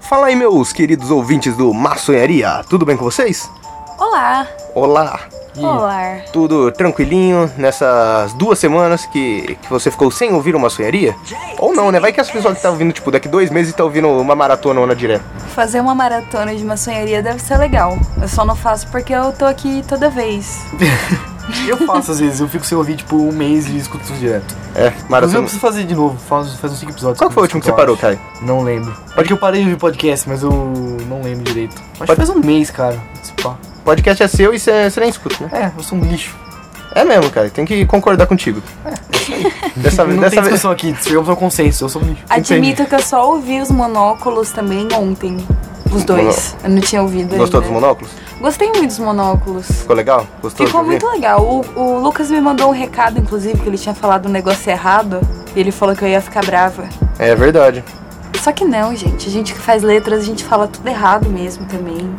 Fala aí, meus queridos ouvintes do Maçonharia, tudo bem com vocês? Olá. Olá! Olá. Tudo tranquilinho nessas duas semanas que, que você ficou sem ouvir uma sonharia? Ou não, né? Vai que as pessoas que tá ouvindo, tipo, daqui dois meses tá ouvindo uma maratona ou na direto. Fazer uma maratona de maçonharia deve ser legal. Eu só não faço porque eu tô aqui toda vez. Eu faço às vezes, eu fico sem ouvir tipo um mês e escuto tudo direto. É, Mas eu maratona. preciso fazer de novo, faz, faz uns 5 episódios. Qual que foi o último que você parou, Kai? Não lembro. Pode que eu parei de ouvir podcast, mas eu não lembro direito. Acho que faz um mês, cara. se pá. Podcast é seu e você nem escuta, né? É, eu sou um lixo. É mesmo, cara, tem que concordar contigo. Dessa, não vez- dessa tem vez. discussão aqui, chegamos ao consenso, eu sou um lixo. Admito que eu só ouvi os monóculos também ontem. Os dois. Eu não tinha ouvido Gostou dos ainda. monóculos? Gostei muito dos monóculos. Ficou legal? Gostou Ficou de ouvir? muito legal. O, o Lucas me mandou um recado, inclusive, que ele tinha falado um negócio errado. E ele falou que eu ia ficar brava. É verdade. Só que não, gente. A gente que faz letras, a gente fala tudo errado mesmo também.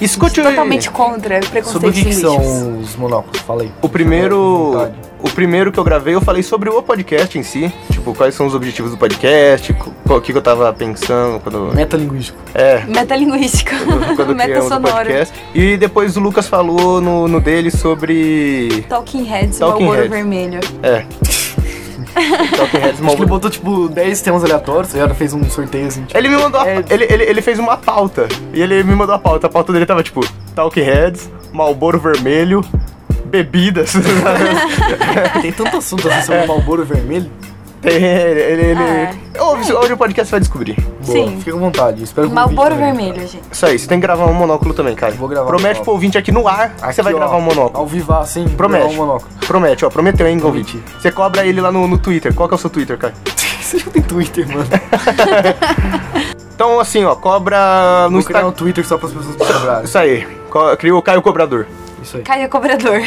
é Escute Totalmente contra Sobre o preconceitos que, que linguísticos. são os monóculos? Fala aí. O primeiro, Vontade. o primeiro que eu gravei, eu falei sobre o podcast em si, tipo, quais são os objetivos do podcast, co- o que, que eu tava pensando quando. Metalinguístico. É. Metalinguística. Quando Meta criamos o sonora. podcast. E depois o Lucas falou no, no dele sobre. Talking Heads, Talking Malboro Heads. Vermelho. É. Talking Heads Acho que ele Malboro. botou tipo 10 temas aleatórios, e ela fez um sorteio assim. Tipo, Ele me mandou. a- É. ele, ele, ele fez uma pauta. E ele me mandou a pauta. A pauta dele tava tipo: Talking Heads, Malboro Vermelho, bebidas. "É, tem tanto assunto assim sobre o Malboro Vermelho. Tem- ele. ele, ele... É. Ouve, ouve o podcast, você vai descobrir. Boa, Sim. Fica à vontade, espero que o Malboro né? vídeo também. Vermelho, gente. Isso aí, você tem que gravar um monóculo também, cara. Vou gravar um Promete monóculo. pro ouvinte aqui no ar que você vai Aqui, ó, gravar um monóculo. Ao vivar, sim. Promete. gravar Um monóculo. Promete, ó, prometeu, hein, ouvinte. Você cobra ele lá no, no Twitter. Qual que é o seu Twitter, cara? Você não tem Twitter, mano. É, Então, assim, ó, cobra no Vou criar Instagram. um Twitter só pras pessoas cobrarem. Isso aí, co- cria o Caio Cobrador. Isso aí. Caio é cobrador.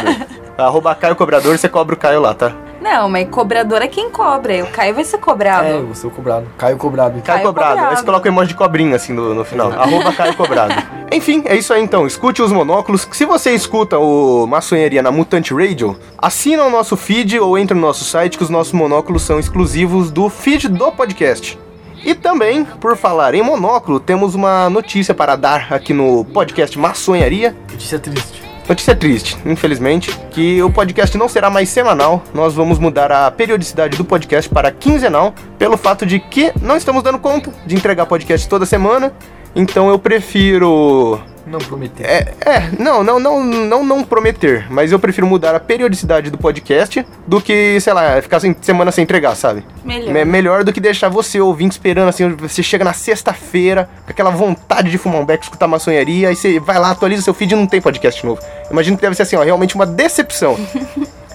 Arroba Caio Cobrador, você cobra o Caio lá, tá? Não, mas cobrador é quem cobra. O Caio vai ser cobrado. É, eu sou cobrado. Caio cobrado. Caio, Caio Cobrado. Cobrado. Aí você coloca o emoji de cobrinha assim no, no final. Arroba Caio Cobrado. Enfim, é isso aí então. Escute os monóculos. Se você escuta o Maçonharia na Mutante Radio, assina o nosso feed ou entre no nosso site que os nossos monóculos são exclusivos do feed do podcast. E também, por falar em monóculo, temos uma notícia para dar aqui no podcast Maçonharia. Notícia triste. Notícia triste, infelizmente, que o podcast não será mais semanal. Nós vamos mudar a periodicidade do podcast para quinzenal, pelo fato de que não estamos dando conta de entregar podcast toda semana. Então eu prefiro. Não prometer. É, é, não, não, não, não, não prometer, mas eu prefiro mudar a periodicidade do podcast do que, sei lá, ficar sem semana sem entregar, sabe? Melhor. Me- É melhor do que deixar você ouvinte esperando assim, você chega na sexta-feira, com aquela vontade de fumar um beck, escutar maçonharia, aí você vai lá, atualiza seu feed e não tem podcast novo. Imagino que deve ser assim, ó, realmente uma decepção.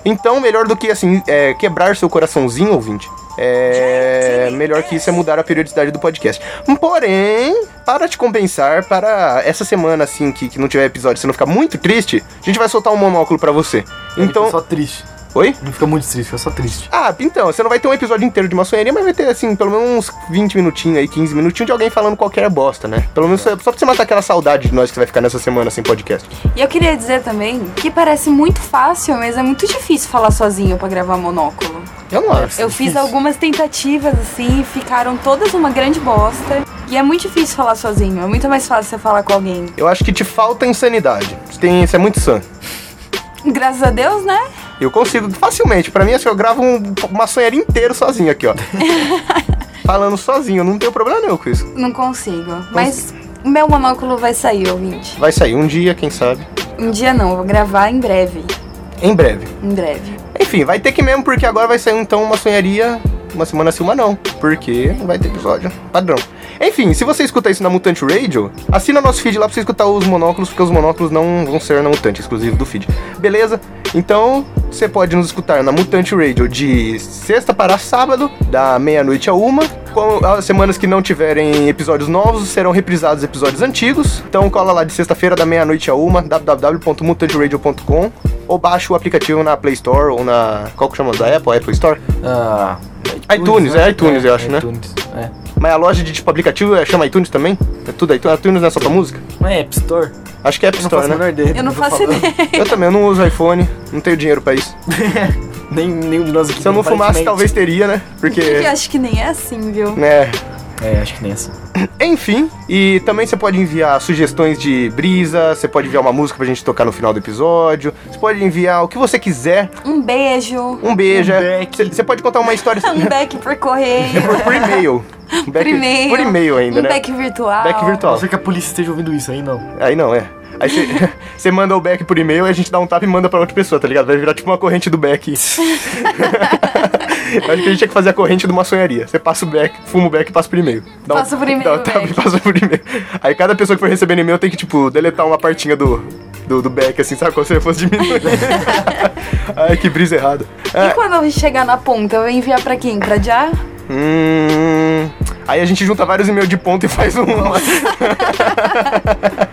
então, melhor do que assim, é, quebrar seu coraçãozinho, ouvinte. É melhor que isso é mudar a periodicidade do podcast. Porém, para te compensar, para essa semana assim que, que não tiver episódio, você não ficar muito triste, a gente vai soltar um monóculo pra você. Então. Então, Só triste. oi? Não fica muito triste, fica só triste. Ah, então, você não vai ter um episódio inteiro de maçonharia, mas vai ter, assim, pelo menos uns 20 minutinhos aí, 15 minutinhos de alguém falando qualquer bosta, né? Pelo menos só só pra você matar aquela saudade de nós que você vai ficar nessa semana sem podcast. E eu queria dizer também que parece muito fácil, mas é muito difícil falar sozinho pra gravar monóculo. Eu não acho. Eu fiz algumas tentativas assim e ficaram todas uma grande bosta. E é muito difícil falar sozinho. É muito mais fácil você falar com alguém. Eu acho que te falta insanidade. Você, tem, você é muito sã. Graças a Deus, né? Eu consigo facilmente. Pra mim, assim, eu gravo um maçonharia inteiro sozinho aqui, ó. Falando sozinho, não tenho problema nenhum com isso. Não consigo. Mas meu monóculo vai sair, ouvinte. Vai sair um dia, quem sabe. Um dia não, eu vou gravar em breve. Em breve. Em breve. Enfim, vai ter que mesmo, porque agora vai sair então uma sonharia uma semana sim, uma não. Porque não vai ter episódio padrão. Enfim, se você escuta isso na Mutante Radio, assina nosso feed lá pra você escutar os monóculos, porque os monóculos não vão ser na Mutante, exclusivo do feed. Beleza? Então, você pode nos escutar na Mutante Radio de sexta para sábado, da meia-noite a uma. Com as semanas que não tiverem episódios novos, serão reprisados episódios antigos. Então, cola lá de sexta-feira, da meia-noite a uma, www.mutanteradio.com ou baixa o aplicativo na Play Store ou na. Qual que chama? Da Apple? Apple Store? Ah. iTunes, é iTunes, eu acho, né? iTunes, é. Mas a loja de tipo aplicativo é- chama iTunes também? É tudo iTunes? iTunes não é só pra música? Mas é App Store? Acho que é App Eu não Store, faço a né? menor ideia. do Eu não que faço falando. ideia. Eu também, eu não uso iPhone, não tenho dinheiro pra isso. Nem, nenhum de nós aqui. Se eu não fumasse, aparentemente. talvez teria, né? Porque. Eu acho que nem é assim, viu? né? É, acho que nessa. Enfim, e também você pode enviar sugestões de brisa, você pode enviar uma música pra gente tocar no final do episódio, você pode enviar o que você quiser. Um beijo. Um beijo. Um é. beck. Você você pode contar uma história Um back por correio. por, por e-mail. Um back- Por e-mail. Por e-mail ainda, um né? back virtual. Back virtual. Não sei que a polícia esteja ouvindo isso aí, não. Aí não, é. Aí você- você manda o back por e-mail e a gente dá um tapa e manda pra outra pessoa, tá ligado? Vai virar tipo uma corrente do back. Eu Acho que a gente tinha que fazer a corrente de uma sonharia. Você passa o back, fuma o back e passa por e-mail. Dá Passa por e-mail dá um o tapa e back. passa por e-mail. Aí cada pessoa que for recebendo e-mail tem que, tipo, deletar uma partinha do, do, do back, assim, sabe? Como se fosse diminuir. Ai, que brisa errada. E quando eu chegar na ponta, eu vou enviar pra quem? Pra Já? Hum. Aí a gente junta vários e-mails de ponta e faz um.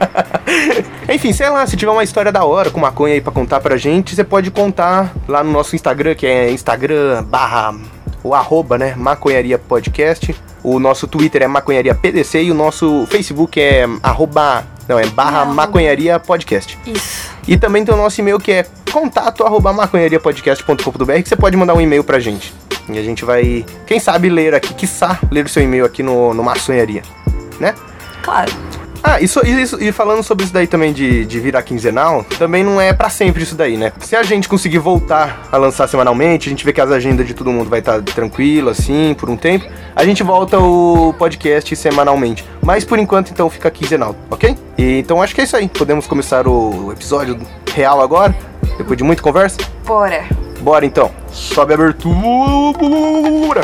Enfim, sei lá, se tiver uma história da hora com maconha aí pra contar pra gente, você pode contar lá no nosso Instagram, que é Instagram barra o arroba, né? Maconharia Podcast. O nosso Twitter é Maconharia PDC e o nosso Facebook é arroba. Não, é barra Não. Maconharia Podcast. Isso. E também tem o nosso e-mail que é contato arroba maconhariapodcast.com.br que você pode mandar um e-mail pra gente. E a gente vai, quem sabe, ler aqui, quiçá, ler o seu e-mail aqui no, no Maçonharia, né? Claro. Ah, isso, isso, e falando sobre isso daí também de, de virar quinzenal, também não é pra sempre isso daí, né? Se a gente conseguir voltar a lançar semanalmente, a gente vê que as agendas de todo mundo vai estar tranquila, assim, por um tempo, a gente volta o podcast semanalmente. Mas por enquanto, então, fica quinzenal, ok? E, então acho que é isso aí. Podemos começar o episódio real agora, depois de muita conversa? Bora. Bora então. Sobe a abertura.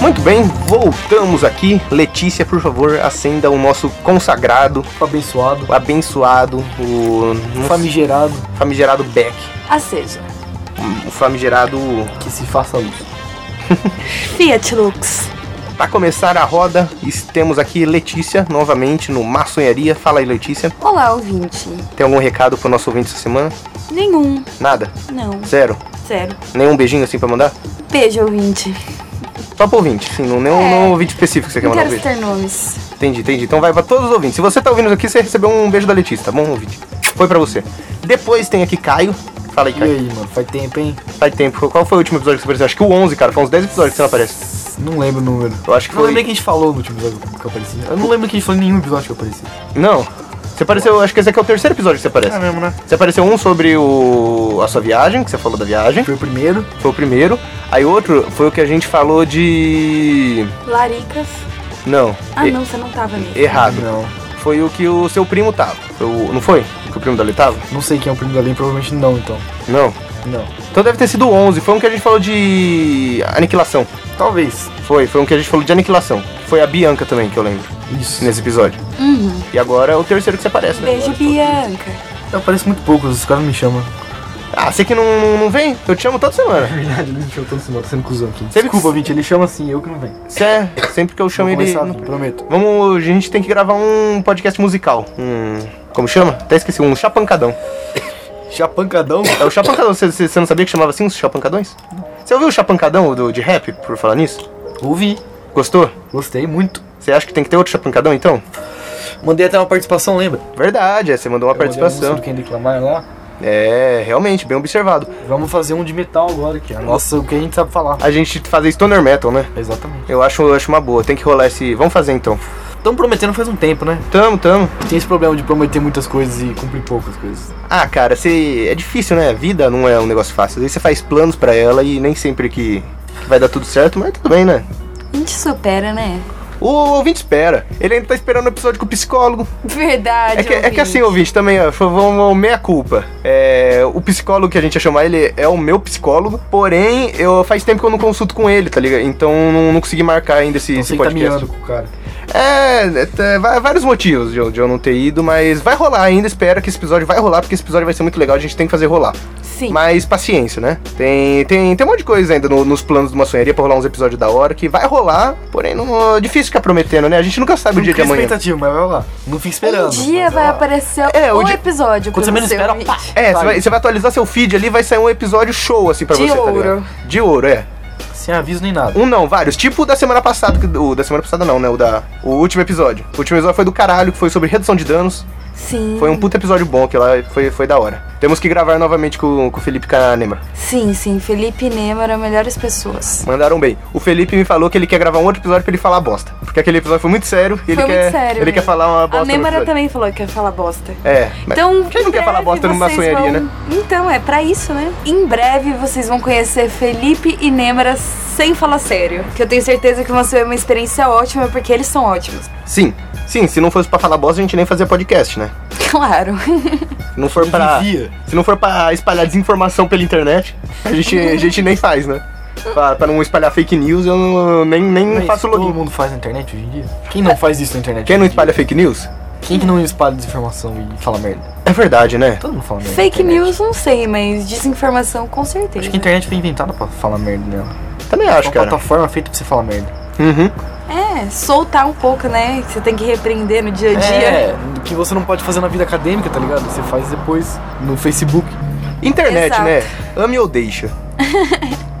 Muito bem, voltamos aqui. Letícia, por favor, acenda o nosso consagrado, Fico abençoado. o abençoado, o não sei, Famigerado, famigerado Beck, Aceso. o famigerado. que se faça a luz. Fiat Lux. Para começar a roda, temos aqui Letícia novamente no Maçonharia. Fala aí, Letícia. Olá, ouvinte. Tem algum recado pro nosso ouvinte essa semana? Nenhum. Nada? Não. Zero? Zero. Nenhum beijinho assim pra mandar? Beijo, ouvinte. Só pro ouvinte, sim, não, nenhum, É. não ouvinte específico que você quer Não mandar um quero beijo. citar nomes. Entendi, entendi. Então vai pra todos os ouvintes. Se você tá ouvindo aqui, você recebeu um beijo da Letícia, tá bom, ouvinte? Foi pra você. Depois tem aqui Caio. Fala aí, E Caio. aí, mano? Faz tempo, hein? Faz tempo. Qual foi o último episódio que você apareceu? Acho que o 11, cara. Foi uns 10 episódios que você não aparece. Não lembro o número. Eu acho que Não foi... lembrei que a gente falou no último episódio que eu apareci. Eu não lembro que a gente falou em nenhum episódio que eu apareci. Não. Você apareceu... Acho que esse aqui é o terceiro episódio que você aparece. mesmo, né? Você apareceu um sobre o... a sua viagem, que você falou da viagem. Foi o primeiro. Foi o primeiro. Aí outro foi o que a gente falou de... Laricas. Não. Ah, E- não, você não tava nele. Errado. Não. Foi o que o seu primo tava. Foi o- Não foi? O que o primo dele tava? Não sei quem é o primo da lei, provavelmente não, então. Não. Não. Então deve ter sido o 11. Foi um que a gente falou de aniquilação. Talvez. Foi, foi um que a gente falou de aniquilação. Foi a Bianca também, que eu lembro, Isso. nesse episódio. Uhum. E agora é o terceiro que você aparece, né? Beijo, Agora eu tô- Bianca. Eu apareço muito pouco, os caras não me chamam. Ah, você que não, não vem? Eu te chamo toda semana. verdade, ele me chamou todo semana, sendo cuzão aqui. Sempre- Desculpa, ouvinte, ele chama assim, eu que não venho. Cê é, sempre que eu chamo Vou ele. começar, prometo. Vamos, a gente tem que gravar um podcast musical. Um. Como chama? Até esqueci, um chapancadão. Chapancadão? É o chapancadão, você- você você não sabia que chamava assim os chapancadões? Você ouviu o chapancadão do, de rap, por falar nisso? Ouvi. Gostou? Gostei muito. Você acha que tem que ter outro chapancadão então? Mandei até uma participação, lembra? Verdade, é, você mandou uma Eu mandei participação. música do Quem Declamar lá. É, realmente, bem observado. Vamos fazer um de metal agora, que é a nossa, o que a gente sabe falar. A gente fazer stoner metal, né? Exatamente. Eu acho, eu acho uma boa, tem que rolar esse. Vamos fazer então. Estão prometendo faz um tempo, né? Tamo, tamo. Tem esse problema de prometer muitas coisas e cumprir poucas coisas. Ah, cara, você. É difícil, né? A vida não é um negócio fácil. Às vezes você faz planos pra ela e nem sempre que, que vai dar tudo certo, mas tudo bem, né? A gente supera, né? O ouvinte espera. Ele ainda tá esperando o episódio com o psicólogo. Verdade. É que, é que ouvinte. assim, ouvinte, também, ó, foi- vamos vamos- meia culpa. É, o psicólogo que a gente ia chamar, ele é o meu psicólogo, porém, eu faz tempo que eu não consulto com ele, tá ligado? Então não, não consegui marcar ainda esse, Então esse você tá podcast. miando com o cara. É, é, é, vai- vários motivos de eu, de eu não ter ido, mas vai rolar ainda. Espera que esse episódio vai rolar, porque esse episódio vai ser muito legal. A gente tem que fazer rolar. Sim. Mas paciência, né? Tem, tem, tem um monte de coisa ainda no- nos planos de uma sonharia pra rolar uns episódios da hora que vai rolar, porém não, é difícil ficar prometendo, né? A gente nunca sabe o dia de cria amanhã. expectativa, mas vai lá. Não fica Um esperando. dia mas vai lá. aparecer É, um o dia- episódio pra Quando você menos espera, ouvir. pá. É, você sabe? vai, você vai atualizar seu feed ali, vai sair um episódio show assim pra De você. tá ouro. ligado? de ouro, é. Sem aviso nem nada. Um não, vários. Tipo o da semana passada, que- o da semana passada não, né? O da o último episódio. O último episódio foi do caralho, que foi sobre redução de danos. Sim. Foi um puta episódio bom, que lá foi, foi da hora. Temos que gravar novamente com, com o Felipe Canema. Sim, sim. Felipe e Nemo eram melhores pessoas. Mandaram bem. O Felipe me falou que ele quer gravar um outro episódio pra ele falar bosta. Porque aquele episódio foi muito sério e ele Foi quer. muito sério. ele quer mesmo. falar uma bosta. A no Nêmara episódio. também falou que quer falar bosta. É. mas Então, Quem não em quer falar breve bosta numa vocês sonharia, vão- né? Então, é pra isso, né? Em breve vocês vão conhecer Felipe e Nêmara sem falar sério. Que eu tenho certeza que vão ser uma experiência ótima, porque eles são ótimos. Sim. Sim, se não fosse pra falar bosta, a gente nem fazia podcast, né? Claro. Se não for pra. Vivia. Se não for pra espalhar desinformação pela internet, a gente, a gente nem faz, né? Pra, pra não espalhar fake news, eu não- nem, nem Mas Um faço É todo login. mundo faz na internet hoje em dia? Quem não faz isso na internet? Quem hoje não em dia? espalha fake news? Quem que não espalha desinformação e fala merda? É verdade, né? Todo mundo fala merda. na Fake internet. news, não sei, mas desinformação com certeza. Acho que a internet foi inventada pra falar merda nela. Também É acho, uma cara. plataforma feita pra você falar merda. Uhum. É, soltar um pouco, né? Que Você tem que repreender no dia a dia. É, do que você não pode fazer na vida acadêmica, tá ligado? Você faz depois no Facebook. Internet, Exato. né? Ame ou deixa.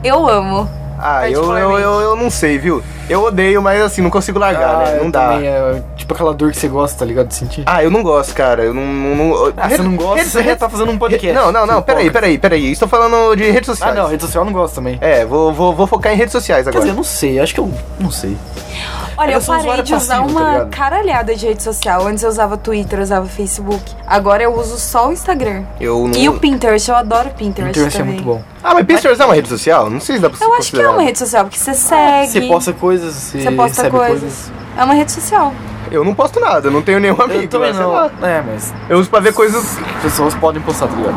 Eu amo. É Ah, tipo, eu, eu, um Particularmente. eu, eu não sei, viu? Eu odeio, mas assim, não consigo largar, né? eu Não dá. Ah, também, é, tipo aquela dor que você gosta, tá ligado? De sentir. Ah, eu não gosto, cara. Eu não. não, não- Ah, você não gosta, você já tá fazendo um podcast. Não, não, não. Você Peraí, foca. peraí, peraí. Estou falando de redes Ah, sociais. não, rede social eu não gosto também. É, vou, vou, vou focar em redes sociais Quer agora. dizer, eu não sei, acho que eu não sei. Olha, Eu eu sou parei usuário de usar passivo, tá uma ligado? caralhada de rede social. Antes eu usava Twitter, eu usava Facebook. Agora eu uso só o Instagram. Eu não. E o Pinterest, eu adoro Pinterest, Hum. Pinterest é também. muito bom. Ah, mas Pinterest é uma rede social? Não sei se dá pra Eu acho que é uma rede social, porque você segue. Você posta coisas, você, É Você posta recebe coisas. É uma rede social. Eu não posto nada, eu não tenho nenhum amigo. Eu também mas sei não. lá. É, mas Eu uso pra ver coisas. pessoas podem postar, tá ligado?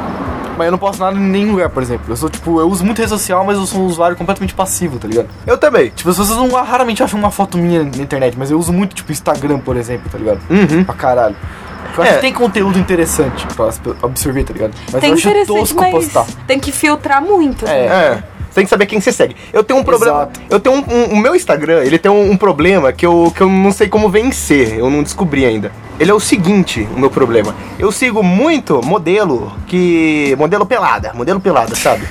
Mas eu não posto nada em nenhum lugar, por exemplo. Eu sou, tipo, eu uso muito rede social, mas eu sou um usuário completamente passivo, tá ligado? Eu também. Tipo, as pessoas não raramente acham uma foto minha na internet, mas eu uso muito, tipo, Instagram, por exemplo, tá ligado? Uhum. Pra caralho. Eu acho É. que tem conteúdo interessante pra as pe- absorver, tá ligado? Mas tem eu acho interessante, tosco mas postar. tem que filtrar muito. É. né? É. Você tem que saber quem você segue. Eu tenho um problema. Exato. Eu tenho um, um- O meu Instagram, ele tem um, um problema que eu, que eu não sei como vencer. Eu não descobri ainda. Ele é o seguinte, o meu problema. Eu sigo muito modelo que. Modelo pelada. Modelo pelada, sabe?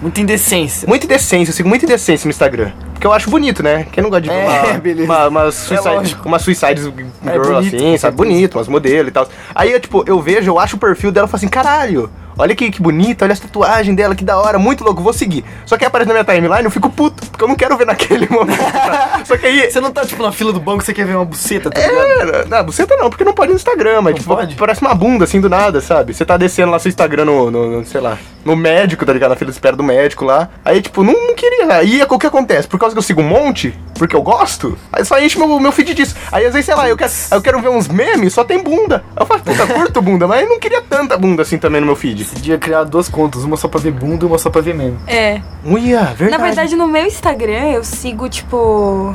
Muita indecência. Muita indecência, eu sigo muita indecência no Instagram. Porque eu acho bonito, né? Quem não gosta de ver É, uma, beleza. uma, uma suicide, É lógico. uma suicide girl bonito, assim, sabe? com certeza. Bonito, umas modelos e tal. Aí eu, tipo, eu vejo, eu acho o perfil dela e falo assim, caralho, olha que, que bonito, olha essa tatuagem dela, que da hora, muito louco, vou seguir. Só que aí aparece na minha timeline, eu fico puto, porque eu não quero ver naquele momento. sabe? Só que aí. Você não tá, tipo, na fila do banco, você quer ver uma buceta, tá ligado? É, na buceta não, porque não pode no Instagram, mas Não tipo, pode? parece uma bunda assim do nada, sabe? Você tá descendo lá seu Instagram no, no- no, sei lá, no médico, tá ligado? Na fila de espera do médico lá. Aí, tipo, não, não queria. Aí é o que acontece? Por causa que eu sigo um monte, porque eu gosto, aí só enche meu, meu feed disso. Aí às vezes, sei lá, eu quero, eu quero ver uns memes, só tem bunda. Aí Eu falo, puta, curto bunda, mas eu não queria tanta bunda assim também no meu feed. Esse dia é criar duas contas, uma só pra ver bunda e uma só pra ver meme. É. Uia, verdade. Na verdade, no meu Instagram, eu sigo, tipo.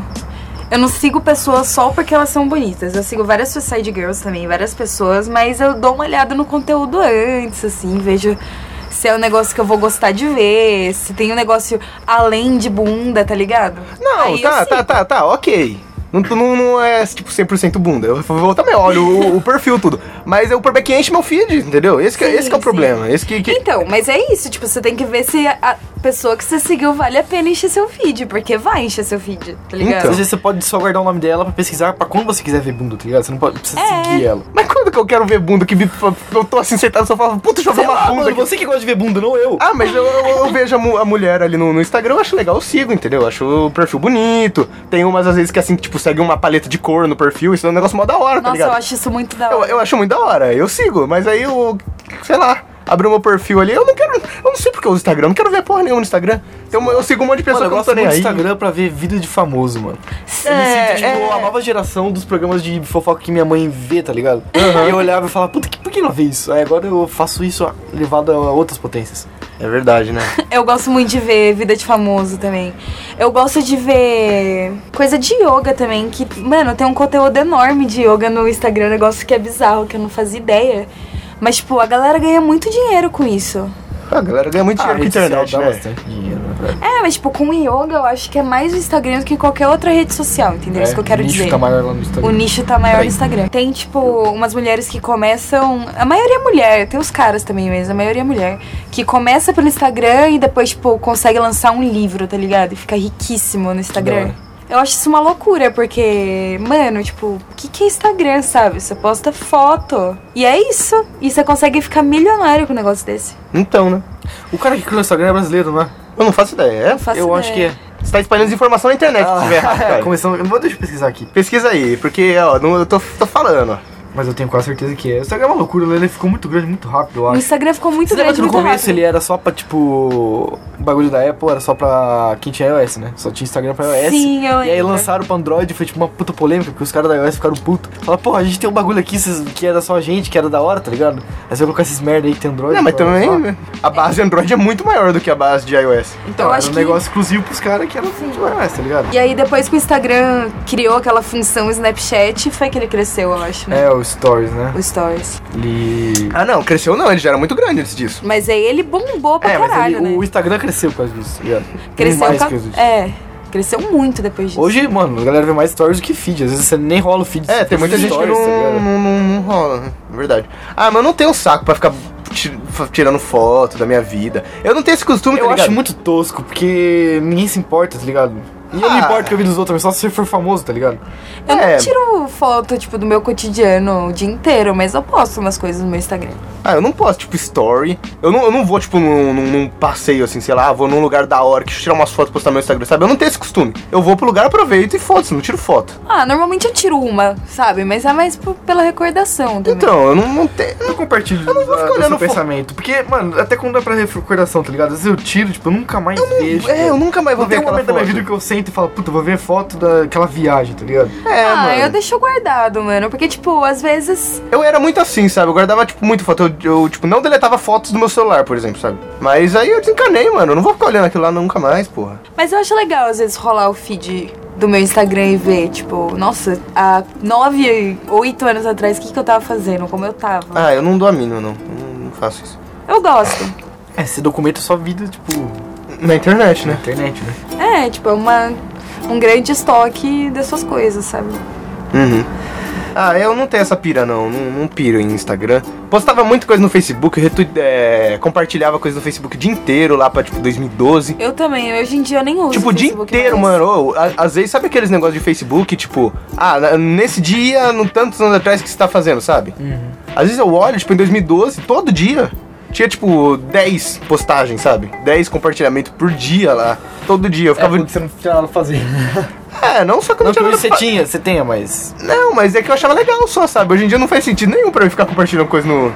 Eu não sigo pessoas só porque elas são bonitas. Eu sigo várias suicide girls também, várias pessoas, mas eu dou uma olhada no conteúdo antes, assim, vejo se é um negócio que eu vou gostar de ver, se tem um negócio além de bunda, tá ligado? Não, Aí eu tá, tá, sigo. tá, tá, ok. Não, não, não é, tipo, 100% bunda. Eu vou também olho o, o perfil, tudo. Mas é o problema que enche meu feed, entendeu? Esse que, Sim, esse que é o sim. problema. Esse que... que- Então, mas é isso, tipo, você tem que ver se a pessoa que você seguiu vale a pena encher seu feed, porque vai encher seu feed, tá ligado? Então. Às vezes você pode só guardar o nome dela pra pesquisar pra quando você quiser ver bunda, tá ligado? Você não pode, precisa É. seguir ela. Mas quando que eu quero ver bunda? Que me- eu tô assim sentado no sofá, puta, deixa eu ver Sei uma lá, bunda mano, aqui. você que gosta de ver bunda, não eu. Ah, mas eu, eu- eu vejo a, mu- a mulher ali no, no Instagram, eu acho legal, eu sigo, entendeu? Eu acho o perfil bonito. Tem umas, às vezes, que assim, tipo, segue uma paleta de cor no perfil, isso é um negócio mó da hora, tá Nossa, ligado? eu acho isso muito da Eu, hora. eu acho muito da hora, eu sigo, mas aí eu, sei lá, abri meu perfil ali, eu não quero, eu não sei porque eu uso Instagram, eu não quero ver porra nenhuma no Instagram. Então eu sigo um monte de pessoa Mano, eu que eu não tô gosto muito nem do aí. Instagram pra ver vida de famoso, mano. Eu me É, sinto, tipo, é. a nova geração dos programas de fofoca que minha mãe vê, tá ligado? E eu olhava e falava, puta, que, por que ela vê isso? Aí agora eu faço isso elevado a outras potências. É verdade, né? Eu gosto muito de ver vida de famoso também. Eu gosto de ver coisa de yoga também, que, mano, tem um conteúdo enorme de yoga no Instagram, negócio que é bizarro, que eu não fazia ideia. Mas, tipo, a galera ganha muito dinheiro com isso. A galera ganha muito Ah, dinheiro com internet, né? bastante dinheiro, né, velho? É, mas, tipo, com yoga eu acho que é mais o Instagram do que qualquer outra rede social, entendeu? É isso que eu quero o nicho dizer. Tá maior lá no Instagram. O nicho tá maior no Peraí. Instagram. Tem, tipo, umas mulheres que começam. A maioria é mulher, tem os caras também, mas a maioria é mulher. Que começa pelo Instagram e depois, tipo, consegue lançar um livro, tá ligado? E fica riquíssimo no Da Instagram. hora. Eu acho isso uma loucura, porque, mano, tipo, o que, que é Instagram, sabe? Você posta foto. E é isso. E você consegue ficar milionário com um negócio desse. Então, né? O cara que criou o Instagram é brasileiro, né? Eu não faço ideia. É? Não faço eu acho que ideia. é. Você tá espalhando desinformação na internet, Ah, se tiver errado, cara. Começando. eu Vou deixa eu pesquisar aqui. Pesquisa aí, porque, ó, não, eu tô, tô falando. Mas eu tenho quase certeza que é. O Instagram é uma loucura, né? ele ficou muito grande, muito rápido, eu O acho. Instagram ficou muito é. Você lembra grande, que no é muito começo rápido. ele era só pra, tipo. O bagulho da Apple era só pra quem tinha iOS, né? Só tinha Instagram pra iOS. Sim, eu e aí lembro. lançaram pra Android, foi tipo uma puta polêmica, porque os caras da iOS ficaram putos. Falaram, porra, a gente tem um bagulho aqui vocês- que era só a gente, que era da hora, tá ligado? Aí você vai colocar esses merda aí que tem Android. Não, mas pra lançar. também né? a base Android é muito maior do que a base de iOS. Então, Eu era acho um que- negócio exclusivo pros caras que era de iOS, tá ligado? E aí, depois que o Instagram criou aquela função Snapchat, foi que ele cresceu, eu acho, né? É, o Stories, né? O Stories. Ele. Ah, não, cresceu não, ele já era muito grande antes disso. Mas aí ele bombou pra É, mas caralho, ele- o né? Instagram cresceu por causa disso, tá ligado? Cresceu mais ca- que os- É, cresceu muito depois disso. Hoje, mano, a galera vê mais stories do que feed. Às vezes você nem rola o feed. É, você tem muita faz gente que stories, tá não, ligado? não, não, não rola, né? é verdade. Ah, mas eu não tenho saco pra ficar ti- fa- tirando foto da minha vida. Eu não tenho esse costume, Eu tá ligado? acho muito tosco, porque ninguém se importa, tá ligado? E eu Ah. não importo que eu vi dos outros, mas só se você for famoso, tá ligado? eu é. não tiro foto, tipo, do meu cotidiano o dia inteiro, mas eu posto umas coisas no meu Instagram. Ah, eu não posso, tipo, story. Eu não, eu não vou, tipo, num, num- num passeio, assim, sei lá, vou num lugar da hora, que tirar umas fotos e postar no meu Instagram, sabe? Eu não tenho esse costume. Eu vou pro lugar, aproveito e foda-se, não tiro foto. Ah, normalmente eu tiro uma, sabe? Mas é mais p- pela recordação também. Então, eu não, não tenho... Eu compartilho não vou da- ficar do seu olhando fo- pensamento. Porque, mano, até quando dá pra recordação, tá ligado? Às vezes eu tiro, tipo, eu nunca mais vejo. É, eu nunca mais vou Não ver tem um aquela momento da foto. minha vida que eu sento e falo, puta, vou ver foto daquela viagem, tá ligado? É, ah, mano. eu deixo guardado, mano. Porque, tipo, às vezes. Eu era muito assim, sabe? Eu guardava, tipo, muito foto. Eu, eu, tipo, não deletava fotos do meu celular, por exemplo, sabe? Mas aí eu desencanei, mano. Eu não vou ficar olhando aquilo lá nunca mais, porra. Mas eu acho legal, às vezes, rolar o feed do meu Instagram e ver, tipo, nossa, há nove, oito anos atrás, o que, que eu tava fazendo? Como eu tava. Ah, eu não dou a mínima, não. Eu Não, não faço isso. Eu gosto. É, você documenta sua vida, tipo, Na internet, na né? internet, né? É, tipo, é uma, um grande estoque dessas coisas, sabe? Uhum. Ah, eu não tenho essa pira, não. Não, não piro em Instagram. Postava muita coisa no Facebook, retu... é, compartilhava coisa no Facebook o dia inteiro lá pra, tipo, 2012. Eu também, hoje em dia eu nem uso. Tipo, o dia Facebook inteiro, mais. mano. Ô, a- às vezes, sabe aqueles negócios de Facebook, tipo, ah, na- nesse dia, no tantos anos atrás que você tá fazendo, sabe? Uhum. Às vezes eu olho, tipo, em 2012, todo dia. Tinha, tipo, 10 postagens, sabe? 10 compartilhamentos por dia lá. Todo dia. Eu ficava. você não tinha nada pra fazer. É, não só que eu Não não, que tinha hoje você nada... tinha, você tenha, mas. Não, mas é que eu achava legal só, sabe? Hoje em dia não faz sentido nenhum pra eu ficar compartilhando coisa no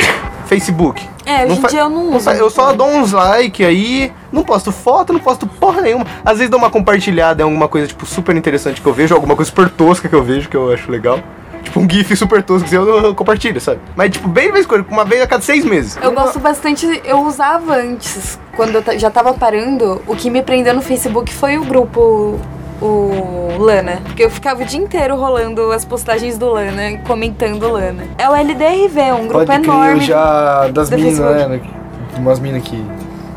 Facebook. É, hoje Não em fa- dia eu não uso. Nossa, eu só dou uns like aí, não posto foto, não posto porra nenhuma. Às vezes dou uma compartilhada em alguma coisa, tipo, super interessante que eu vejo, alguma coisa super tosca que eu vejo, que eu acho legal. Tipo, um gif super tosco, assim, eu, eu compartilho, sabe? Mas, tipo, bem de vez em quando, uma vez a cada seis meses. Eu gosto bastante, eu usava antes, quando eu ta- já tava parando, o que me prendeu no Facebook foi o grupo. O Lana, porque eu ficava o dia inteiro rolando as postagens do Lana, e comentando Lana. É o LDRV, é um grupo Pode crer, eu enorme. já. Das do minas, Facebook. né? De umas minas que.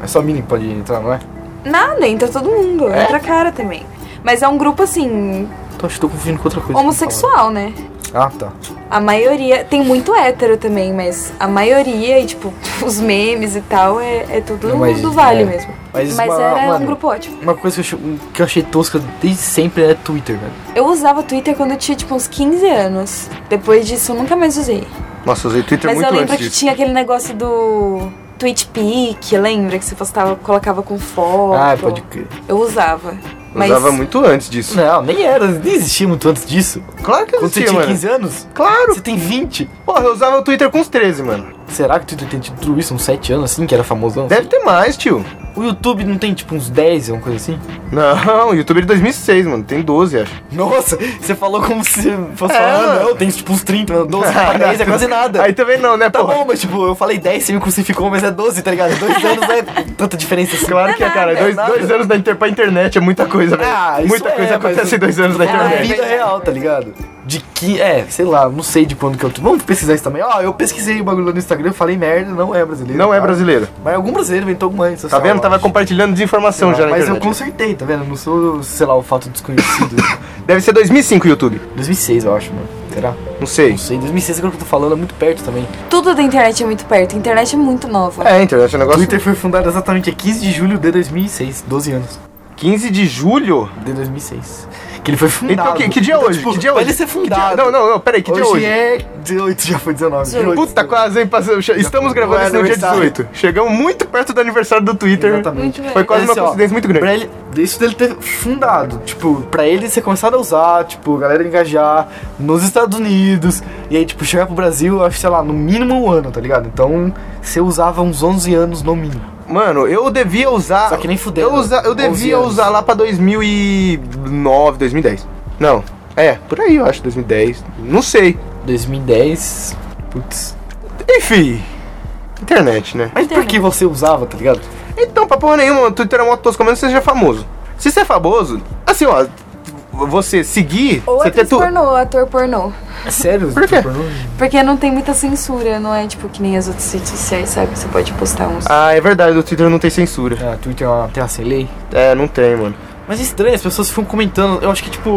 É só mina que pode entrar, não é? Nada, entra todo mundo, É? entra cara também. Mas é um grupo assim, Tô, acho que tô confundindo com outra coisa. homossexual, né? Ah, tá. A maioria. Tem muito hétero também, mas a maioria, e tipo, os memes e tal, é, é tudo Não, mas- do vale é. mesmo. Mas, Mas, mano, era mano, um grupo ótimo. Uma coisa que eu, acho- que eu achei tosca desde sempre é Twitter, velho. Eu usava Twitter quando eu tinha, tipo, uns 15 anos. Depois disso, eu nunca mais usei. Nossa, eu usei Twitter mas eu muito lembro antes que disso. tinha aquele negócio do. Tweet Peak, lembra? Que você postava, colocava com foto. ah, pode crer. Eu usava. Mas Usava muito antes disso. Não, nem era, nem existia muito antes disso. Claro que eu Quando você existia, tinha mano. 15 anos, Claro. você tem 20. Porra, eu usava o Twitter com os 13, mano. Será que o Twitter tem tido tudo isso, uns 7 anos assim, que era famosão? Deve ter mais, tio. O YouTube não tem tipo uns 10, alguma coisa assim? Não, YouTube é de 2006, mano. Tem 12, acho. Nossa, você falou como se fosse É, falar, ah, mano. não, tem tipo uns 30, mano, 12 pra 10 é quase nada. Aí também não, né, tá porra? bom, mas tipo, eu falei 10, você me crucificou, mas é 12, tá ligado? Dois anos não é tanta diferença assim. Claro que é, cara. nada. Dois, dois anos da inter pra internet é muita coisa, velho. Ah, isso muita é, coisa mas acontece o- em dois anos da É a internet. vida real, tá ligado? De que. É, sei lá, não sei de quando que eu. Vamos pesquisar isso também. Ó, eu pesquisei o bagulho lá no Instagram, falei merda, não é brasileiro. Não é tá? brasileiro. Mas algum brasileiro inventou alguma rede Tá social, vendo? eu Tava acho. compartilhando desinformação já na Mas eu internet. consertei, tá vendo? Eu Não sou, sei lá, o fato desconhecido. Deve ser 2005 o YouTube. 2006, eu acho, mano. Será? Não sei. Não sei. 2006 é o que eu tô falando, é muito perto também. Tudo da internet é muito perto. A internet é muito nova. É, a internet é um negócio. Twitter foi fundado exatamente a 15 de julho de 2006, 12 anos. 15 de julho? De 2006. Que ele foi fundado. Então, que, que dia é Então, hoje? tipo, que dia é pra hoje? ele ser Que dia- fundado. Não, não, não, peraí, que hoje dia é hoje? é 18, já foi 19. Dezoito. 18. Puta, quase, hein? Passou, che- estamos foi gravando o isso no dia aniversário. 18. Chegamos muito perto do aniversário do Twitter. Exatamente. Muito bem. Foi quase Esse, uma assim, ó, coincidência muito grande. Pra ele, isso dele ter fundado, tipo, pra ele ser começado a usar, tipo, a galera engajar nos Estados Unidos, e aí, tipo, chegar pro Brasil, eu acho, sei lá, no mínimo um ano, tá ligado? Então, você usava uns 11 anos no mínimo. Mano, eu devia usar. Só que nem fudeu, Eu, usa- eu 11 devia anos. usar lá pra 2009, 2010. Não, é, por aí eu acho, 2010. Não sei. 2010, putz. Enfim. Internet, né? Mas por que você usava, tá ligado? Então, pra porra nenhuma, o Twitter é uma tosca, menos que você seja famoso. Se você é famoso, assim, ó, você seguir, Ou é você ator tu- pornô, ator pornô. Sério? Por quê? Tipo, não- Porque não tem muita censura, não é tipo que nem as outras redes sociais, sabe? Você pode postar uns. Ah, é verdade, o Twitter não tem censura. Ah, Twitter é uma terra sem lei. É, não tem, mano. Mas é estranho, as pessoas ficam comentando. Eu acho que, tipo.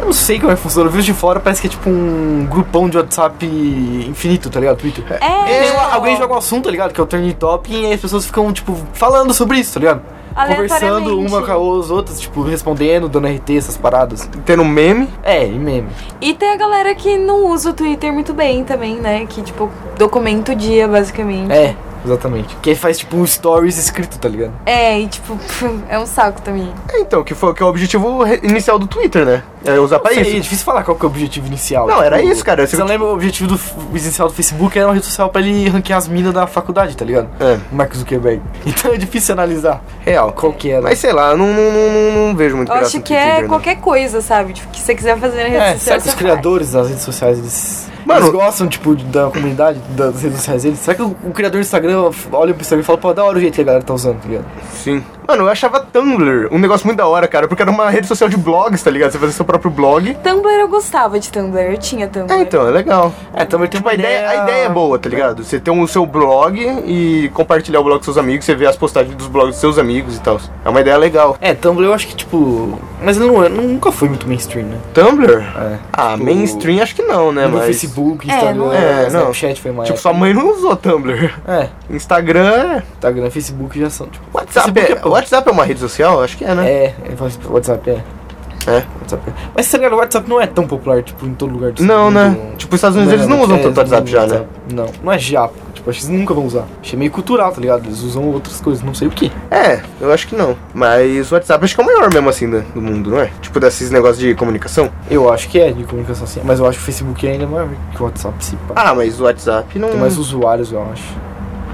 Eu não sei como é que funciona. Eu vejo de fora, parece que é tipo um grupão de WhatsApp infinito, tá ligado? Twitter. É, Tem uma- então. alguém joga um assunto, tá ligado? Que é o Turning Top, e aí as pessoas ficam, tipo, falando sobre isso, tá ligado? Aleatoriamente. Conversando uma com as outras, tipo, respondendo, dando RT, essas paradas. Tendo um meme, É, e meme. E tem a galera que não usa o Twitter muito bem também, né? Que, tipo, documenta o dia, basicamente. É, exatamente. Que aí faz, tipo, um stories escrito, tá ligado? É, e tipo, é um saco também. é, então, que foi que é o objetivo re- inicial do Twitter, né? É usar pra Não sei, isso. é difícil falar qual que é o objetivo inicial. Tipo, Não, era isso, cara. Você não lembra o objetivo do f- inicial do Facebook? Era uma rede social pra ele ranquear as minas da faculdade, tá ligado? É, O Mark Zuckerberg. Então é difícil analisar real. qual que era. Mas sei lá, eu não, não, não, não- não vejo muito Eu graça acho no que Twitter, é não. qualquer coisa, sabe? Tipo, que você quiser fazer na rede né? É, social. será que os você criadores das redes sociais, eles, Mano- eles gostam, tipo, da comunidade, das redes sociais deles? Será que o, o criador do Instagram olha pro Instagram e fala, pô, da hora o jeito que a galera tá usando, tá ligado? Sim. Mano, eu achava Tumblr um negócio muito da hora, cara, porque era uma rede social de blogs, tá ligado? Você fazia seu próprio blog. faz. Tumblr eu gostava de Tumblr, eu tinha Tumblr. É, então, é legal. É, também tem Tipo, a ideia, a ideia é boa, tá ligado? Você tem o seu blog e compartilhar o blog com seus amigos, você vê as postagens dos blogs dos seus amigos e tal. É uma ideia legal. É, Tumblr eu acho que, tipo... Mas não, eu nunca foi muito mainstream, né? Tumblr? É. Ah, Tipo, mainstream acho que não, né? no Mas. Facebook, É, Instagram, não é. É, não. Snapchat foi mais. Tipo, sua mãe não usou Tumblr. É, Instagram é. Instagram, Facebook já são, tipo... WhatsApp Facebook é, WhatsApp é uma rede social? Acho que é, né? É, é, WhatsApp, é. É. WhatsApp. Mas tá ligado, o WhatsApp não é tão popular, tipo, em todo lugar do Não, mundo. né? Tipo, os Estados Unidos eles não usam é, tanto WhatsApp já, né? Não, não é japa. Tipo, acho que eles nunca vão usar. Achei meio cultural, tá ligado? Eles usam outras coisas, não sei o que. É, eu acho que não. Mas o WhatsApp acho que é o maior mesmo assim do, do mundo, não é? Tipo, desses negócios de comunicação. Eu acho que é de comunicação assim, mas eu acho que o Facebook é ainda maior que o WhatsApp, se pá. Ah, mas o WhatsApp não. Tem mais usuários, eu acho.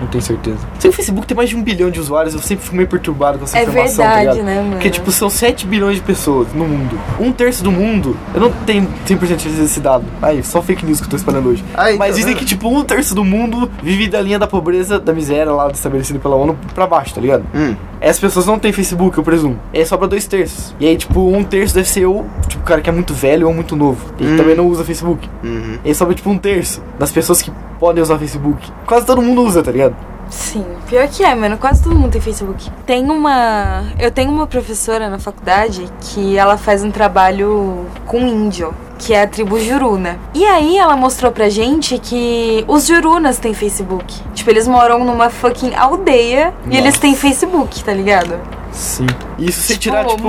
Não tenho certeza. Se o Facebook tem mais de um bilhão de usuários, eu sempre fico meio perturbado com essa É informação, tá verdade, ligado? né, mano? Porque, tipo, são 7 bilhões de pessoas no mundo. Um terço do mundo. Eu não tenho 100% de certeza desse dado. Aí, só fake news que eu tô espalhando hoje. Ah, então, Mas dizem né? que, tipo, um terço do mundo vive da linha da pobreza, da miséria lá estabelecida pela ONU pra baixo, tá ligado? Hum. Essas pessoas não têm Facebook, eu presumo. É só pra dois terços. E aí, tipo, um terço deve ser ou, tipo, cara que é muito velho ou muito novo. E Hum. também não usa Facebook. Uhum. E aí sobra, tipo, um terço das pessoas que podem usar Facebook. Quase todo mundo usa, tá ligado? Sim, pior que é, mano. Quase todo mundo tem Facebook. Tem uma. Eu tenho uma professora na faculdade que ela faz um trabalho com índio, que é a tribo Juruna. E aí ela mostrou pra gente que os Jurunas têm Facebook. Tipo, eles moram numa fucking aldeia e Nossa. eles têm Facebook, tá ligado? Sim. Isso se Tipo, tirar, tipo,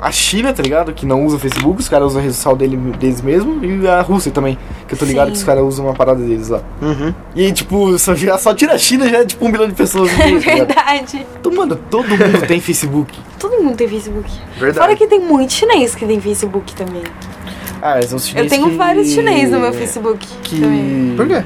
a China, tá ligado? Que não usa Facebook, os caras usam a rede social dele, deles mesmo. E a Rússia também, que eu tô ligado Sim. que os caras usam uma parada deles lá. Uhum. E aí, tipo, só, já- só tira a China já é tipo um bilhão de pessoas. no É mundo, tá ligado? verdade. Então, mano, todo mundo tem Facebook. Todo mundo tem Facebook. Verdade. Fora que tem muito chinês que tem Facebook também. Ah, mas é os chineses Eu tenho que- vários chinês no meu Facebook. Que... Também. Por quê?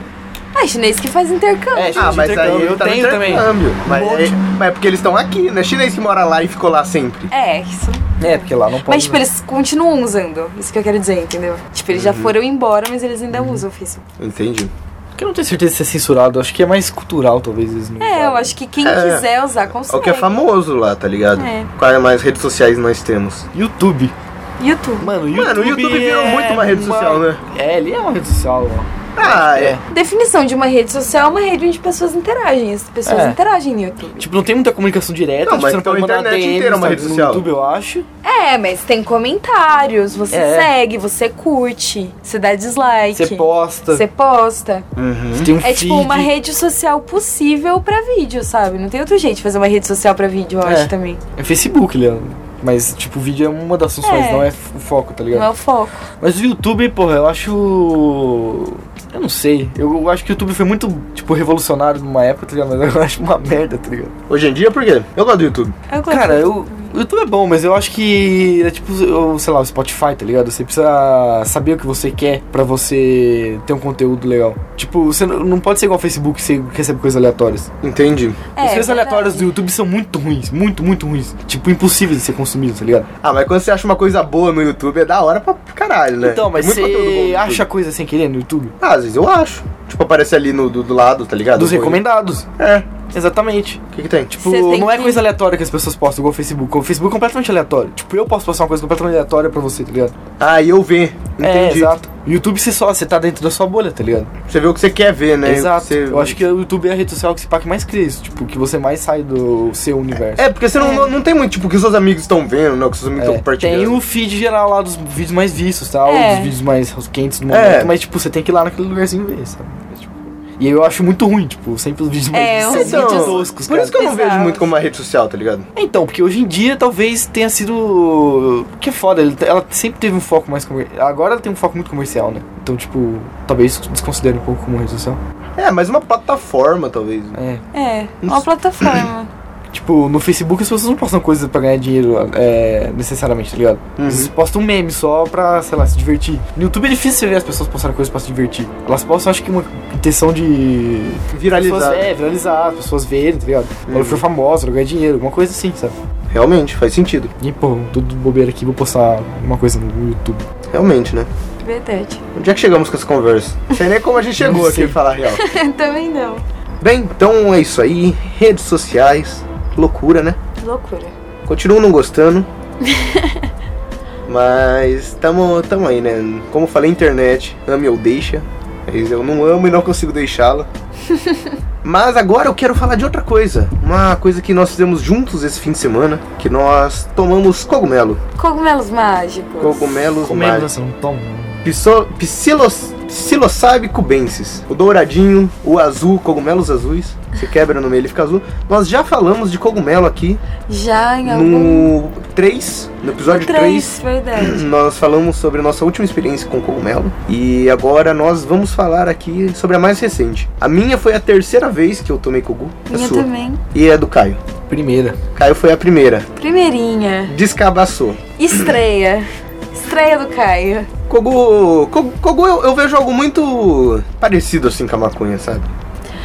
Ah, Mas chinês que faz intercâmbio. É, gente, intercâmbio, tá no intercâmbio. Mas, Um monte. é, mas é porque eles estão aqui, né? Chinês que mora lá e ficou lá sempre. É, isso. É, porque lá não pode. Mas, tipo, eles continuam usando. Isso que eu quero dizer, entendeu? Tipo, eles já Uhum. foram embora, mas eles ainda usam o Facebook. Entendi. Porque eu não tenho certeza se é censurado, acho que é mais cultural, talvez. Eles não É, eu acho que quem É. quiser usar, É consegue. o que é famoso lá, tá ligado? É. Quais mais redes sociais nós temos? YouTube. YouTube. Mano, o YouTube. Mano, o YouTube virou é muito uma rede social, né? É, ele é uma rede social, ó. Ah, é. É. Definição de uma rede social é uma rede onde pessoas interagem. As pessoas É. interagem no YouTube. Tipo, não tem muita comunicação direta, Não, tipo, mas você não então pode a mandar internet DM inteira é uma no rede Instagram, social. No YouTube, eu acho. É, mas tem comentários, você É. segue, você curte, você dá dislike. Você posta. Você posta. Uhum. Você tem um É tipo uma feed. rede social possível pra vídeo, sabe? Não tem outro jeito de fazer uma rede social pra vídeo, eu É. acho também. É Facebook, Leandro. Mas, tipo, o vídeo é uma das funções, É. não é f- o foco, tá ligado? Não é o foco. Mas o YouTube, porra, eu acho. Eu não sei. Eu acho que o YouTube foi muito, tipo, revolucionário numa época, tá ligado? Mas agora eu acho uma merda, tá ligado? Hoje em dia, por quê? Eu gosto do YouTube. É Eu gosto. Cara, eu. O YouTube é bom, mas eu acho que é tipo, o- sei lá, o Spotify, tá ligado? Você precisa saber o que você quer pra você ter um conteúdo legal. Tipo, você não não pode ser igual ao Facebook, você recebe coisas aleatórias. Entendi. É, As coisas verdade. aleatórias do YouTube são muito ruins, muito, muito ruins. Tipo, impossíveis de ser consumido, tá ligado? Ah, mas quando você acha uma coisa boa no YouTube, é da hora pra caralho, né? Então, mas Tem muito conteúdo bom no você YouTube. acha coisa sem querer no YouTube? Ah, às vezes eu acho. Tipo, aparece ali no, do, do lado, tá ligado? Dos Foi. recomendados. É. Exatamente. O que que tem? Tipo, Você tem não é que- coisa aleatória que as pessoas postam, igual o Facebook. O Facebook é completamente aleatório. Tipo, eu posso postar uma coisa completamente aleatória pra você, tá ligado? Ah, e eu ver. É, Entendi. exato. YouTube, você só, você tá dentro da sua bolha, tá ligado? Você vê o que você quer ver, né? exato. Você- Eu acho que o YouTube é a rede social que se pá que mais cria isso. Tipo, que você mais sai do seu universo. É, porque você não, não- não tem muito, tipo, o que seus amigos estão vendo, né? O que seus amigos estão É, tem compartilhando. o feed geral lá dos vídeos mais vistos, tá? Ou É. dos vídeos mais quentes do momento, É. mas tipo, você tem que ir lá naquele lugarzinho ver, sabe? É, tipo, E eu acho muito ruim, tipo, sempre os vídeos mais É, vistos uns são muito vídeos- Então, toscos, Por cara. isso que eu não Exato. vejo muito como uma rede social, tá ligado? Então, porque hoje em dia talvez tenha sido. Que é foda, ele- ela sempre teve um foco mais comercial. Agora ela tem um foco muito comercial, né? Então, tipo, talvez desconsidere um pouco como rede social. É, mas uma plataforma, talvez. É. É, uma plataforma. Tipo, no Facebook as pessoas não postam coisas pra ganhar dinheiro é, necessariamente, tá ligado? Uhum. Eles postam um meme só pra, sei lá, se divertir. No YouTube é difícil você ver as pessoas postarem coisas pra se divertir. Elas postam, acho que, uma intenção de. Pessoas, Viralizar. é, viralizar, as pessoas verem, tá ligado? Quando Uhum. for famosa, ganhar dinheiro, alguma coisa assim, sabe? Realmente, faz sentido. E, pô, tudo bobeira aqui, vou postar uma coisa no YouTube. Realmente, né? Verdade. Onde é que chegamos com essa conversa? Não sei nem como a gente chegou Não aqui sei. pra falar a real. Também não. Bem, então é isso aí. Redes sociais, loucura, né? Que loucura. Continuo não gostando. Mas tamo, tamo aí, né? Como eu falei, internet, ame ou deixa. Mas eu não amo e não consigo deixá-la. Mas agora eu quero falar de outra coisa. Uma coisa que nós fizemos juntos esse fim de semana, que nós tomamos cogumelo. Cogumelos mágicos. Cogumelos Comendo, mágicos. você não toma. Pso- Psilos, psilosabe cubensis. O douradinho, o azul, cogumelos azuis. Você quebra no meio, ele fica azul. Nós já falamos de cogumelo aqui Já em algum. no 3, no episódio 3. Três, verdade. Nós falamos sobre a nossa última experiência com cogumelo. E agora nós vamos falar aqui sobre a mais recente. A minha foi a terceira vez que eu tomei cogu. É A Minha sua. também. E a do Caio. Primeira. Caio foi a primeira. Primeirinha. Descabaçou. Estreia. Estreia do Caio. Cogu. Cogu, cogu eu, eu vejo algo muito parecido assim com a maconha, sabe?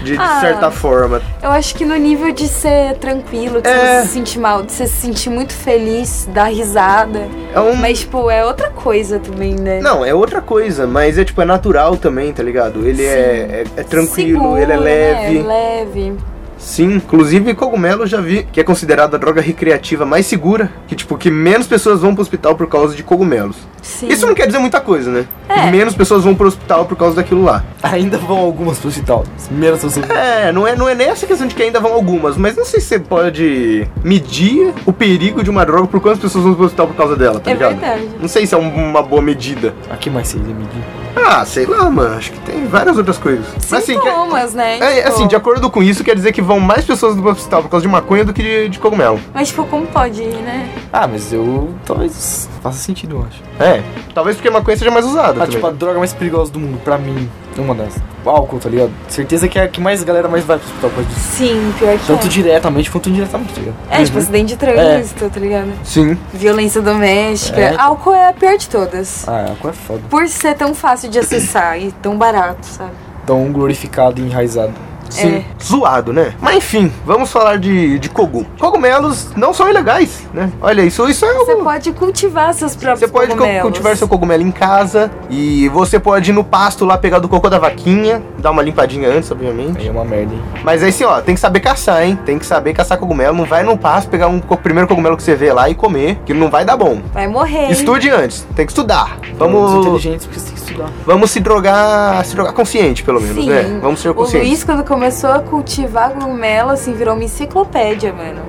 De, de Ah. certa forma. Eu acho que no nível de ser tranquilo, de É. você se sentir mal, de você se sentir muito feliz, dar risada. É um. Mas, tipo, é outra coisa também, né? Não, é outra coisa, mas é tipo, é natural também, tá ligado? Ele é, é, é tranquilo, Seguro, ele é né? leve. Leve. Sim, inclusive cogumelo eu já vi que é considerada a droga recreativa mais segura, que tipo, que menos pessoas vão pro hospital por causa de cogumelos. Sim. Isso não quer dizer muita coisa, né? É. Menos pessoas vão pro hospital por causa daquilo lá. Ainda vão algumas pro hospital. As primeiras pessoas. É, não é, não é nem essa questão de que ainda vão algumas, mas não sei se você pode medir o perigo de uma droga por quantas pessoas vão pro hospital por causa dela, tá É ligado? verdade. Não sei se é um- uma boa medida. Aqui mais é seis, medir. Ah, sei lá, mano. Acho que tem várias outras coisas. Mas assim, quer- Sintomas, né? é, Tipo, assim, de acordo com isso, quer dizer que vão mais pessoas do hospital por causa de maconha do que de, de cogumelo. Mas, tipo, como pode ir, né? Ah, mas eu. Talvez faça sentido, eu acho. É. Talvez porque a maconha seja mais usada. Ah, também. tipo, a droga mais perigosa do mundo, pra mim, é uma das. O álcool, tá ligado? Certeza que é a que mais galera mais vai pro hospital por causa disso. Sim, pior que Tanto é. diretamente quanto indiretamente, tá ligado? É, tipo, acidente de trânsito, tá ligado? Sim. Violência doméstica. É. Álcool é a pior de todas. Ah, álcool é foda. Por ser tão fácil de acessar e tão barato, sabe? tão glorificado e enraizado. É. Sim. Zoado, né? Mas enfim, vamos falar de, de cogum. Cogumelos não são ilegais, né? Olha, isso, isso é Você algo. pode cultivar seus próprios Você pode co- cogumelos. cultivar seu cogumelo em casa e você pode ir no pasto lá pegar do cocô da vaquinha, dar uma limpadinha antes, obviamente. Aí é uma merda, hein? Mas é assim, ó, tem que saber caçar, hein? Tem que saber caçar cogumelo. Não vai no pasto pegar um co- primeiro cogumelo que você vê lá e comer, que não vai dar bom. Vai morrer. hein? Estude antes, tem que estudar. Os Vamos, inteligentes porque você tem que estudar. vamos se drogar, se drogar consciente, pelo menos, Sim. né? Vamos ser O conscientes. Luiz, quando começou a cultivar cogumelo, assim, virou uma enciclopédia, mano.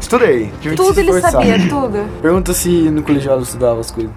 Estudei. Tive que tudo se ele esforçar. sabia, tudo. Pergunta se no colegial eu estudava as coisas.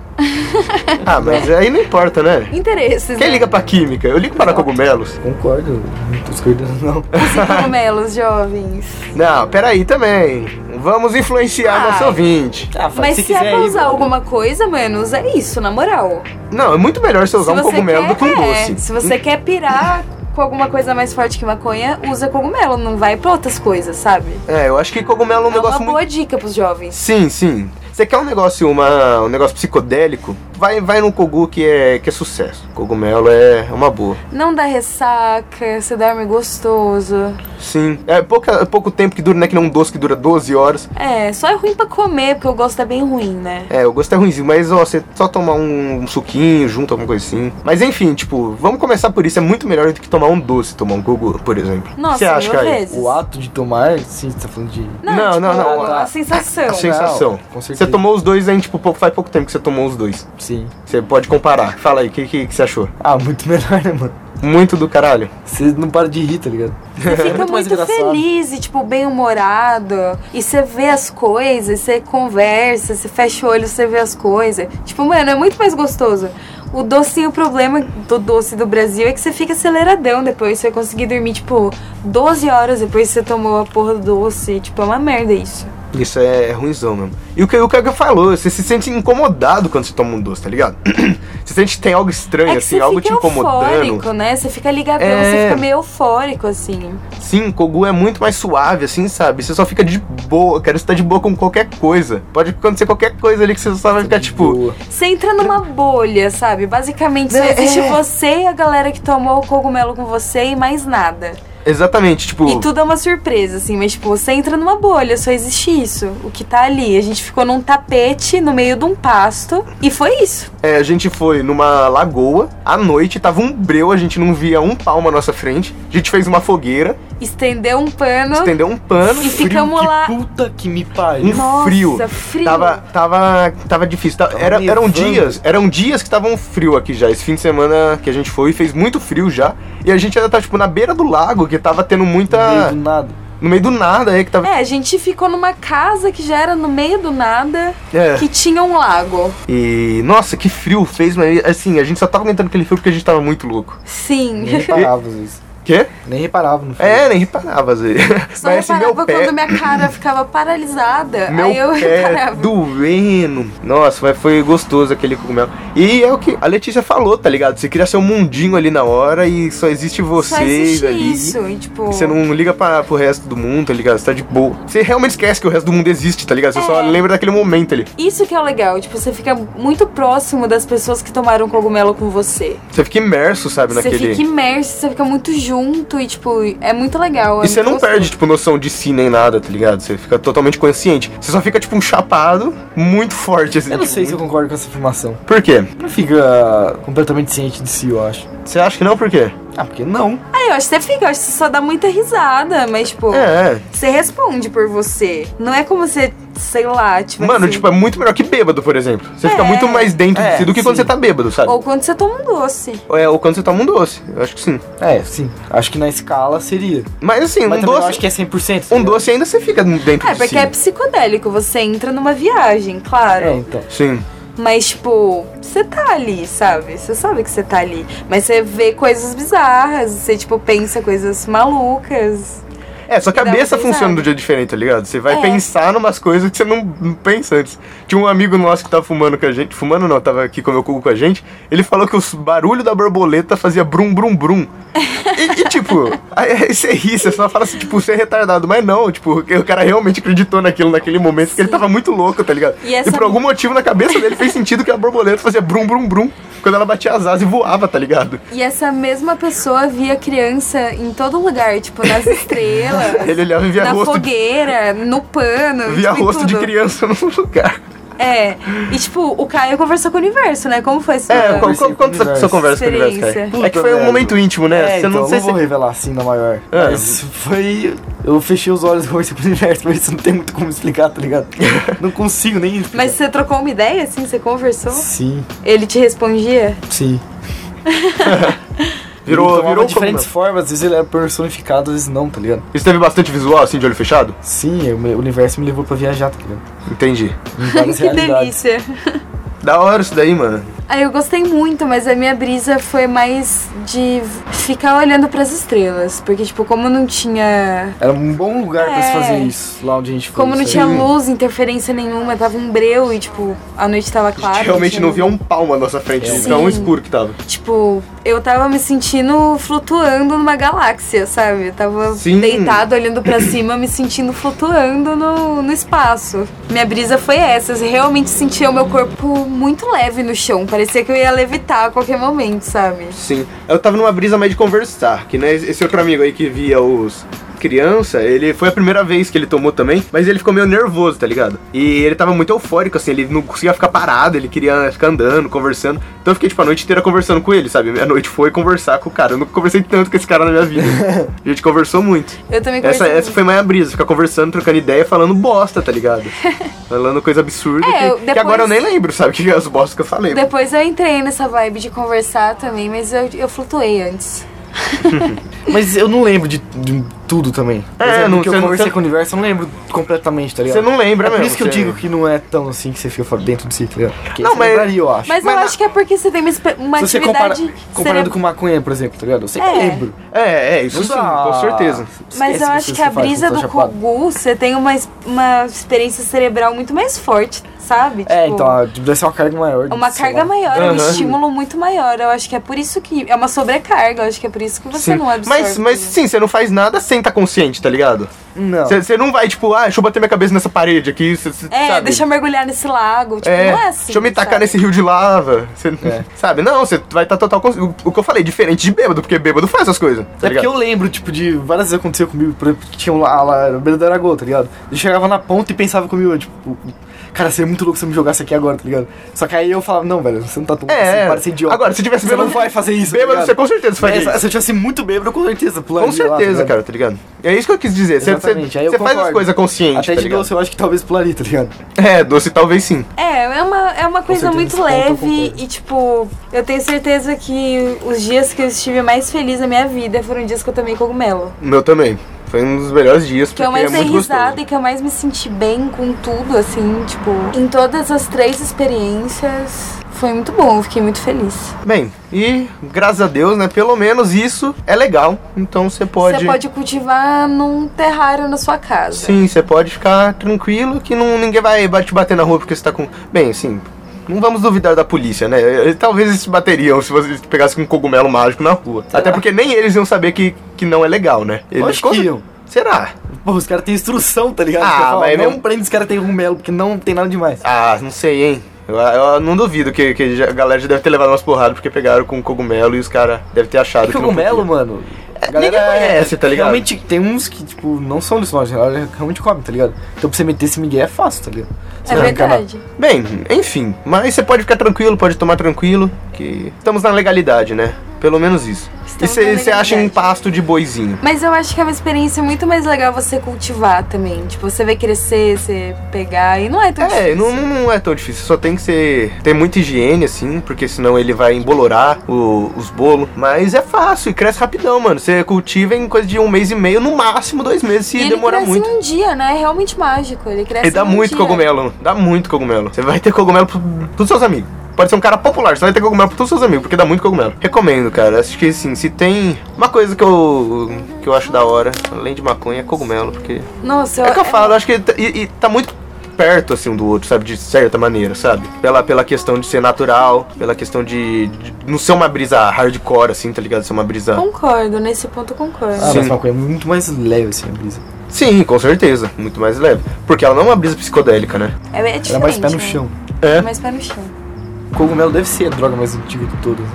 Ah, mas aí não importa, né? Interesses, Quem né? liga pra química? Eu ligo para cogumelos. Concordo, não tô discordando não. Esses cogumelos assim, jovens. Não, peraí também. Vamos influenciar Ah. nosso ouvinte. Ah, faz o Mas que se, você é quiser pra aí, usar mano. alguma coisa, mano, usa isso, na moral. Não, é muito melhor você usar se um você cogumelo quer, do que um é, doce. Se você quer pirar com alguma coisa mais forte que maconha, usa cogumelo, não vai pra outras coisas, sabe? É, eu acho que cogumelo é um é uma negócio muito. boa dica pros jovens. Sim, sim. Você quer um negócio, uma, um negócio psicodélico? Vai, vai num cogu que é, que é sucesso. Cogumelo é uma boa. Não dá ressaca, você dorme gostoso. Sim. É pouca, pouco tempo que dura, né? Que não é um doce que dura 12 horas. É, só é ruim pra comer, porque o gosto é bem ruim, né? É, o gosto é ruimzinho, mas ó, você só tomar um, um suquinho junto, alguma coisa assim. Mas enfim, tipo, vamos começar por isso. É muito melhor do que tomar um doce, tomar um cogu, por exemplo. O que Nossa, você acha, mil Caio? vezes. O ato de tomar, sim, você tá falando de... um Não, Não, tipo, não, não, A, tá. sensação. A É sensação. com certeza. Você tomou os dois, hein? Tipo, pouco- faz pouco tempo que você tomou os dois. Sim. Você pode comparar. Fala aí, o que, que, que você achou? Ah, muito melhor, né, mano? Muito do caralho. Você não para de rir, tá ligado? Você É fica muito, mais engraçado. feliz e, tipo, bem-humorado. E você vê as coisas, você conversa, você fecha o olho, você vê as coisas. Tipo, mano, é muito mais gostoso. O docinho, o problema do doce do Brasil é que você fica aceleradão depois. Você vai conseguir dormir, tipo, 12 horas depois que você tomou a porra do doce. Tipo, é uma merda isso. Isso é ruimzão mesmo. E o que o Kaga falou, você se sente incomodado quando você toma um doce, tá ligado? você sente que tem algo estranho, é que assim, você algo te fica incomodando. eufórico, né? Você fica ligadão, É. você fica meio eufórico, assim. Sim, Kogu é muito mais suave, assim, sabe? Você só fica de boa, cara, você tá de boa com qualquer coisa. Pode acontecer qualquer coisa ali que você só vai ficar, tipo. Tá Boa. Você entra numa bolha, sabe? Basicamente, só É. existe você e a galera que tomou o cogumelo com você e mais nada. Exatamente, tipo. E tudo é uma surpresa, assim, mas tipo, você entra numa bolha, só existe isso. O que tá ali. A gente ficou num tapete no meio de um pasto e foi isso. É, a gente foi numa lagoa, à noite, tava um breu, a gente não via um palmo à nossa frente. A gente fez uma fogueira, Estendeu um pano. estendeu um pano. E ficamos Frio, lá. Que puta que me pariu. Um Nossa, frio. frio. Tava, tava, tava difícil. Tava- Tava era, eram nevando. dias, eram dias que estavam frio aqui já. Esse fim de semana que a gente foi fez muito frio já. E a gente ainda tá tipo na beira do lago, que tava tendo No muita meio do nada. no meio do nada aí que tava É, a gente ficou numa casa que já era no meio do nada, É. que tinha um lago. E nossa, que frio fez, mas assim, a gente só tava aguentando aquele frio porque a gente tava muito louco. Sim. Nem reparava às vezes. Quê? Nem reparava no frio. É, nem reparava às vezes. Só Mas assim, reparava meu pé, quando minha cara ficava paralisada. meu aí eu pé reparava. doendo. Nossa, mas foi gostoso aquele cogumelo. E é o que a Letícia falou, tá ligado? Você cria seu mundinho ali na hora e só existe vocês Só existe ali. isso. E, tipo, E Você não liga pra, pro resto do mundo, tá ligado? Você tá de boa. Você realmente esquece que o resto do mundo existe, tá ligado? Você só É. lembra daquele momento ali. Isso que é o legal, tipo, você fica muito próximo das pessoas que tomaram cogumelo com você. Você fica imerso, sabe, Você naquele. fica imerso, você fica muito junto e, tipo, é muito legal. é E você muito não gostoso. perde, tipo, noção de si nem nada, tá ligado? Você fica totalmente consciente. Você só fica, tipo, um chapado muito forte, assim. Eu não tipo, sei se eu muito- concordo com essa afirmação. Por quê? Não fica ah, completamente ciente de si, eu acho. Você acha que não? Por quê? Ah, porque não. Ah, eu acho que você fica, eu acho que você só dá muita risada, mas, tipo, É. você responde por você. Não é como você, sei lá, tipo. Mano, assim, tipo, é muito melhor que bêbado, por exemplo. Você fica É. muito mais dentro de É, si do que quando sim. você tá bêbado, sabe? Ou quando você toma um doce. É, ou quando você toma um doce. Eu acho que sim. É, sim. Acho que na escala seria. Mas assim, Mas um também eu acho doce. que é 100%. tá Um ligado? doce ainda você fica dentro É, de si. porque é psicodélico, você entra numa viagem, claro. É, então. Sim. Mas, tipo, você tá ali, sabe? Você sabe que você tá ali. Mas você vê coisas bizarras, você, tipo, pensa coisas malucas. É, sua E dá uma cabeça pensada. funciona de um jeito diferente, tá ligado? Você vai É. pensar numas coisas que você não não pensa antes. Tinha um amigo nosso que tava fumando com a gente, fumando não, tava aqui comeu cubo com a gente, ele falou que o barulho da borboleta fazia brum brum brum. E, e, tipo, aí, aí você ri, você só fala assim, tipo, você é retardado. Mas não, tipo, o cara realmente acreditou naquilo naquele momento, porque ele tava muito louco, tá ligado? E essa- por algum motivo na cabeça dele fez sentido que a borboleta fazia brum brum brum. quando ela batia as asas e voava, tá ligado? E essa mesma pessoa via criança em todo lugar, tipo, nas estrelas, Ele olhava e via na rosto, de, fogueira, no pano, via tipo, em rosto de tudo. criança no lugar. É, e tipo, o Caio conversou com o universo, né? Como foi isso? É, qual, conversei qual, com quanto o essa pessoa universo. conversa com o universo, cara? Experiência. É que foi um Puta momento íntimo, né? É, Você então, não sei vou se. revelar assim na maior. É. Mas foi. Eu fechei os olhos e conversei com o universo, mas isso não tem muito como explicar, tá ligado? não consigo nem explicar. Mas você trocou uma ideia, assim? Você conversou? Sim, Ele te respondia? sim. Virou- Ele tomava virou diferentes formas, às vezes ele era personificado, às vezes não, tá ligado? Isso teve bastante visual, assim, de olho fechado? Sim, eu- o universo me levou pra viajar, tá ligado? Entendi. Em várias que realidades. delícia. Da hora isso daí, mano. Aí Ah, eu gostei muito, mas a minha brisa foi mais de ficar olhando pras estrelas, porque tipo, como não tinha Era um bom lugar pra se É. fazer isso, lá onde a gente foi. Como não sabe? tinha luz, interferência nenhuma, tava um breu e, tipo, a noite tava A clara. gente realmente tinha não luz. via um palmo à nossa frente, Sim. tão escuro que tava. Tipo, eu tava me sentindo flutuando numa galáxia, sabe? Eu tava Sim. deitado, olhando pra cima, me sentindo flutuando no, no espaço. Minha brisa foi essa, eu realmente sentia o meu corpo muito leve no chão. Parecia que eu ia levitar a qualquer momento, sabe? Sim. Eu tava numa brisa mais de conversar, que né, esse outro amigo aí que via os criança, ele foi a primeira vez que ele tomou também, mas ele ficou meio nervoso, tá ligado? E ele tava muito eufórico, assim, ele não conseguia ficar parado, ele queria ficar andando, conversando. Então eu fiquei, tipo, a noite inteira conversando com ele, sabe? Minha noite foi conversar com o cara. Eu nunca conversei tanto com esse cara na minha vida. A gente conversou muito. Eu também Essa, conversei essa foi mais a brisa, ficar conversando, trocando ideia, falando bosta, tá ligado? falando coisa absurda É, que, eu- que depois- agora eu nem lembro, sabe? Que as bostas que eu falei. Depois eu entrei nessa vibe de conversar também, mas eu, eu flutuei antes. Mas eu não lembro de, de tudo também. Por É, exemplo, não- que cê eu não- conversei cê- com o universo, eu não lembro completamente, tá ligado? Você não lembra É por mesmo, isso que eu você- digo que não é tão assim que você fica fora- dentro de si, tá ligado? Porque Não, você mas- lembraria, eu acho. Mas, Mas eu na- acho que é porque você tem uma, espe- uma Se você compara, atividade. comparando cere- com maconha, por exemplo, tá ligado? Eu sempre É. lembro. Ah, É, é, isso sim, com certeza. Mas eu acho que a tá brisa do Kogu, você tem uma, es- uma experiência cerebral muito mais forte, sabe? É, Tipo, é então, ah, deve ser uma carga maior. Uma sei carga lá. maior, um Aham. estímulo muito maior. Eu acho que é por isso que. É uma sobrecarga, eu acho que é por isso que você Sim. não absorve. mas, mas sim, você não faz nada sem estar consciente, tá ligado? Não. Você você não vai, tipo, ah, deixa eu bater minha cabeça nessa parede aqui, cê- cê- É, sabe? deixa eu mergulhar nesse lago. Tipo, É, não é assim. deixa eu me tacar sabe? nesse rio de lava. Você, É. Sabe? Não, você vai estar total consciente. O, o que eu falei, diferente de bêbado, porque bêbado faz essas coisas. Tá É porque ligado? eu lembro, tipo, de várias vezes aconteceu comigo, por exemplo, que tinha um lá, lá na beira do Aragô, tá ligado? Eu chegava na ponta e pensava comigo, tipo, cara, seria muito louco se eu me jogasse aqui agora, tá ligado? Só que aí eu falava, não, velho, você não tá tão É, assim, é. parece idiota. Agora, se tivesse você não bêbado, vai fazer isso, tá bêbado ligado? você com certeza É, faz isso. se eu tivesse muito bêbado, eu com certeza Com pularia lá, tá certeza, ligado? cara, tá ligado? É isso que eu quis dizer. Você Exatamente, aí eu faz as concordo. coisas consciente, Até tá de ligado? doce, eu acho que talvez pularia, tá ligado? É, doce talvez sim. É, é uma, é uma coisa certeza, muito esse ponto eu leve concordo. e, tipo, eu tenho certeza que os dias que eu estive mais feliz na minha vida foram dias que eu tomei cogumelo. O meu também. Foi um dos melhores dias, Que porque eu mais é dei muito risada gostoso. e que eu mais me senti bem com tudo, assim, tipo, em todas as três experiências. Foi muito bom, eu fiquei muito feliz. Bem, e graças a Deus, né? Pelo menos isso é legal. Então você pode. Você pode cultivar num terrário na sua casa. Sim, você pode ficar tranquilo que não, ninguém vai ba- te bater na rua porque você tá com. Bem, assim. Não vamos duvidar da polícia, né? Eles- Talvez eles se bateriam se você pegasse com um cogumelo mágico na rua. Até porque nem eles iam saber que, que não é legal, né? Eles Lógico que iam. Será? Pô, os caras têm instrução, tá ligado? Ah, Os caras falam, mas não não- prende os caras tem rumelo, porque não tem nada demais. Ah, não sei, hein? Eu, eu não duvido que, que já- a galera já deve ter levado umas porradas porque pegaram com cogumelo e os caras devem ter achado que. não cogumelo, podia. mano. a ninguém conhece, tá ligado? Realmente tem uns que, tipo, não são alucinógenos, a galera realmente come, tá ligado? Então pra você meter esse migué é fácil, tá ligado? Você É vai encanar. verdade. Bem, enfim. Mas você pode ficar tranquilo, pode tomar tranquilo, que estamos na legalidade, né? Pelo menos isso. Estamos na e você acha um legalidade. pasto de boizinho. Mas eu acho que é uma experiência muito mais legal você cultivar também. Tipo, você vai crescer, você pegar. E não é tão É, difícil. não, não- não é tão difícil. Só tem que ser. ter muita higiene, assim, porque senão ele vai embolorar o- os bolos. Mas é fácil e cresce rapidão, mano. Você cultiva em coisa de um mês e meio, no máximo dois meses, se e ele demorar cresce muito. num dia, né? É realmente mágico. Ele cresce E dá num muito dia. cogumelo, dá muito cogumelo. Você vai ter cogumelo pro todos seus amigos. Pode ser um cara popular, você vai ter cogumelo pra todos seus amigos, porque dá muito cogumelo. Recomendo, cara. Acho que assim, se tem uma coisa que eu, que eu acho da hora, além de maconha, é cogumelo, porque. Nossa, É o que eu falo, acho que. t- E, e tá muito perto assim um do outro, sabe? De certa maneira, sabe? Pela, pela questão de ser natural, pela questão de, de não ser uma brisa hardcore, assim, tá ligado? Ser uma brisa. Concordo, nesse ponto eu concordo. Ah, Sim. mas uma coisa muito mais leve, assim, a brisa. Sim, com certeza. Muito mais leve. Porque ela não é uma brisa psicodélica, né? É, é diferente. Era mais pé no né? chão. É. Mais pé no chão. cogumelo deve ser a droga mais antiga de todas. né?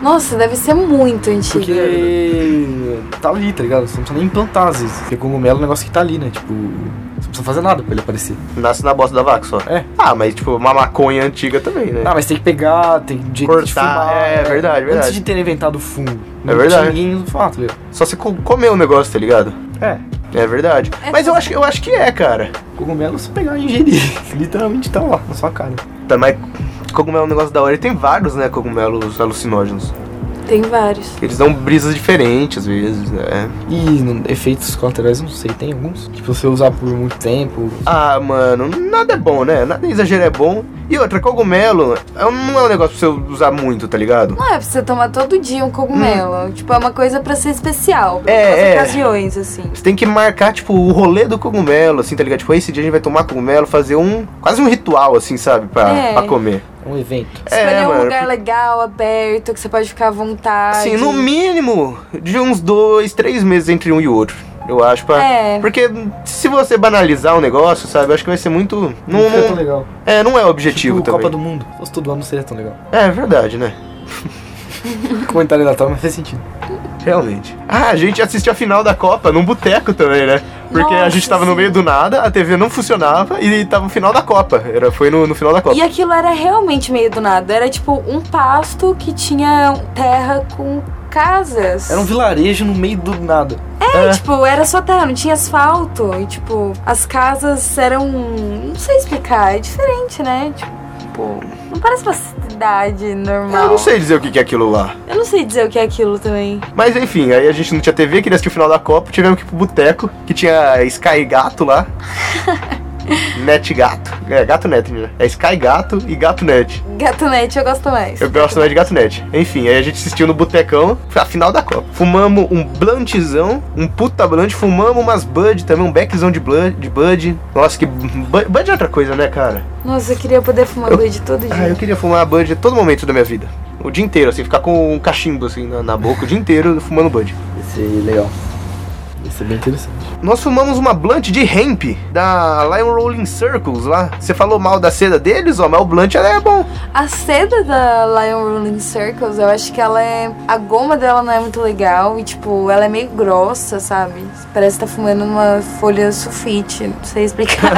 Nossa, deve ser muito antiga. Porque tá ali, tá ligado? Você não precisa nem plantar às vezes. Porque cogumelo é um negócio que tá ali, né? Tipo, você não precisa fazer nada pra ele aparecer. Nasce na bosta da vaca só. É. Ah, mas tipo, uma maconha antiga também, né? Ah, mas tem que pegar, tem jeito de Cortar, fumar. é, né? verdade, Antes verdade. de ter inventado o fungo. É verdade. Não tinha ninguém falar, tá ligado? Só se co- comer o negócio, tá ligado? É, É verdade. É. Mas eu acho, eu acho que é, cara. cogumelo você pegar e ingerir. Literalmente tá lá, na sua cara. Tá, mas cogumelo é um negócio da hora. E tem vários, né, cogumelos alucinógenos. Tem vários. Eles dão brisas diferentes às vezes, né? E não- efeitos colaterais, não sei, tem alguns? Tipo, se você usar por muito tempo. Ah, mano, nada é bom, né? Nada exagero é bom. E outra, cogumelo é um- não é um negócio pra você usar muito, tá ligado? Não é pra você tomar todo dia um cogumelo. Tipo, é uma coisa pra ser especial. Pra Hum. É, algumas é. ocasiões, assim. Você tem que marcar, tipo, o rolê do cogumelo, assim, tá ligado? Tipo, esse dia a gente vai tomar cogumelo, fazer um. quase um ritual, assim, sabe? Pra, É. pra comer. É um evento. É, Escolher um mano, lugar legal, aberto, que você pode ficar à vontade. Assim, no mínimo de uns dois, três meses entre um e outro. Eu acho, pra... É. Porque se você banalizar o negócio, sabe? Eu acho que vai ser muito. Não, fica tão não- legal. é, não é o objetivo tipo, também. Copa do Mundo. Se fosse todo ano, não seria tão legal. É verdade, né? Comentário da mas fez sentido. Realmente. Ah, a gente assistiu a final da Copa num boteco também, né? Porque a Nossa, gente tava no sim. meio do nada, a TV não funcionava e tava no final da Copa. Era, foi no, no final da Copa. E aquilo era realmente meio do nada. Era tipo um pasto que tinha terra com casas. Era um vilarejo no meio do nada. É, tipo, era só terra, não tinha asfalto. E, tipo, as casas eram. Não sei explicar, é diferente, né? Tipo, Pô, não parece uma cidade normal. eu não sei dizer o que que é aquilo lá. Eu não sei dizer o que é aquilo também. Mas enfim, aí a gente não tinha TV, queria assistir o final da Copa, tivemos que ir pro boteco, que tinha Sky Gato lá. Net Gato. É, Gato Net, né? É Sky Gato e Gato Net. Gatonete eu gosto mais. Eu gosto mais de Gato Net. Enfim, aí a gente assistiu no botecão, a final da Copa. Fumamos um blantezão, um puta blunt, fumamos umas Bud também, um beckzão de Bud. De bud. Nossa, que. Bud, bud é outra coisa, né, cara? Nossa, eu queria poder fumar boi de todo Ah, eu dia. queria fumar Bud a todo momento da minha vida. O dia inteiro, assim, ficar com um cachimbo assim na, na boca o dia inteiro fumando Bud. Ia ser legal. Ia ser bem interessante. Nós fumamos uma blunt de hemp da Lion Rolling Circles lá. Você falou mal da seda deles, ó, mas o blunt ela é bom. A seda da Lion Rolling Circles, eu acho que ela é. A goma dela não é muito legal e, tipo, ela é meio grossa, sabe? Parece que tá fumando numa folha sulfite, não sei explicar.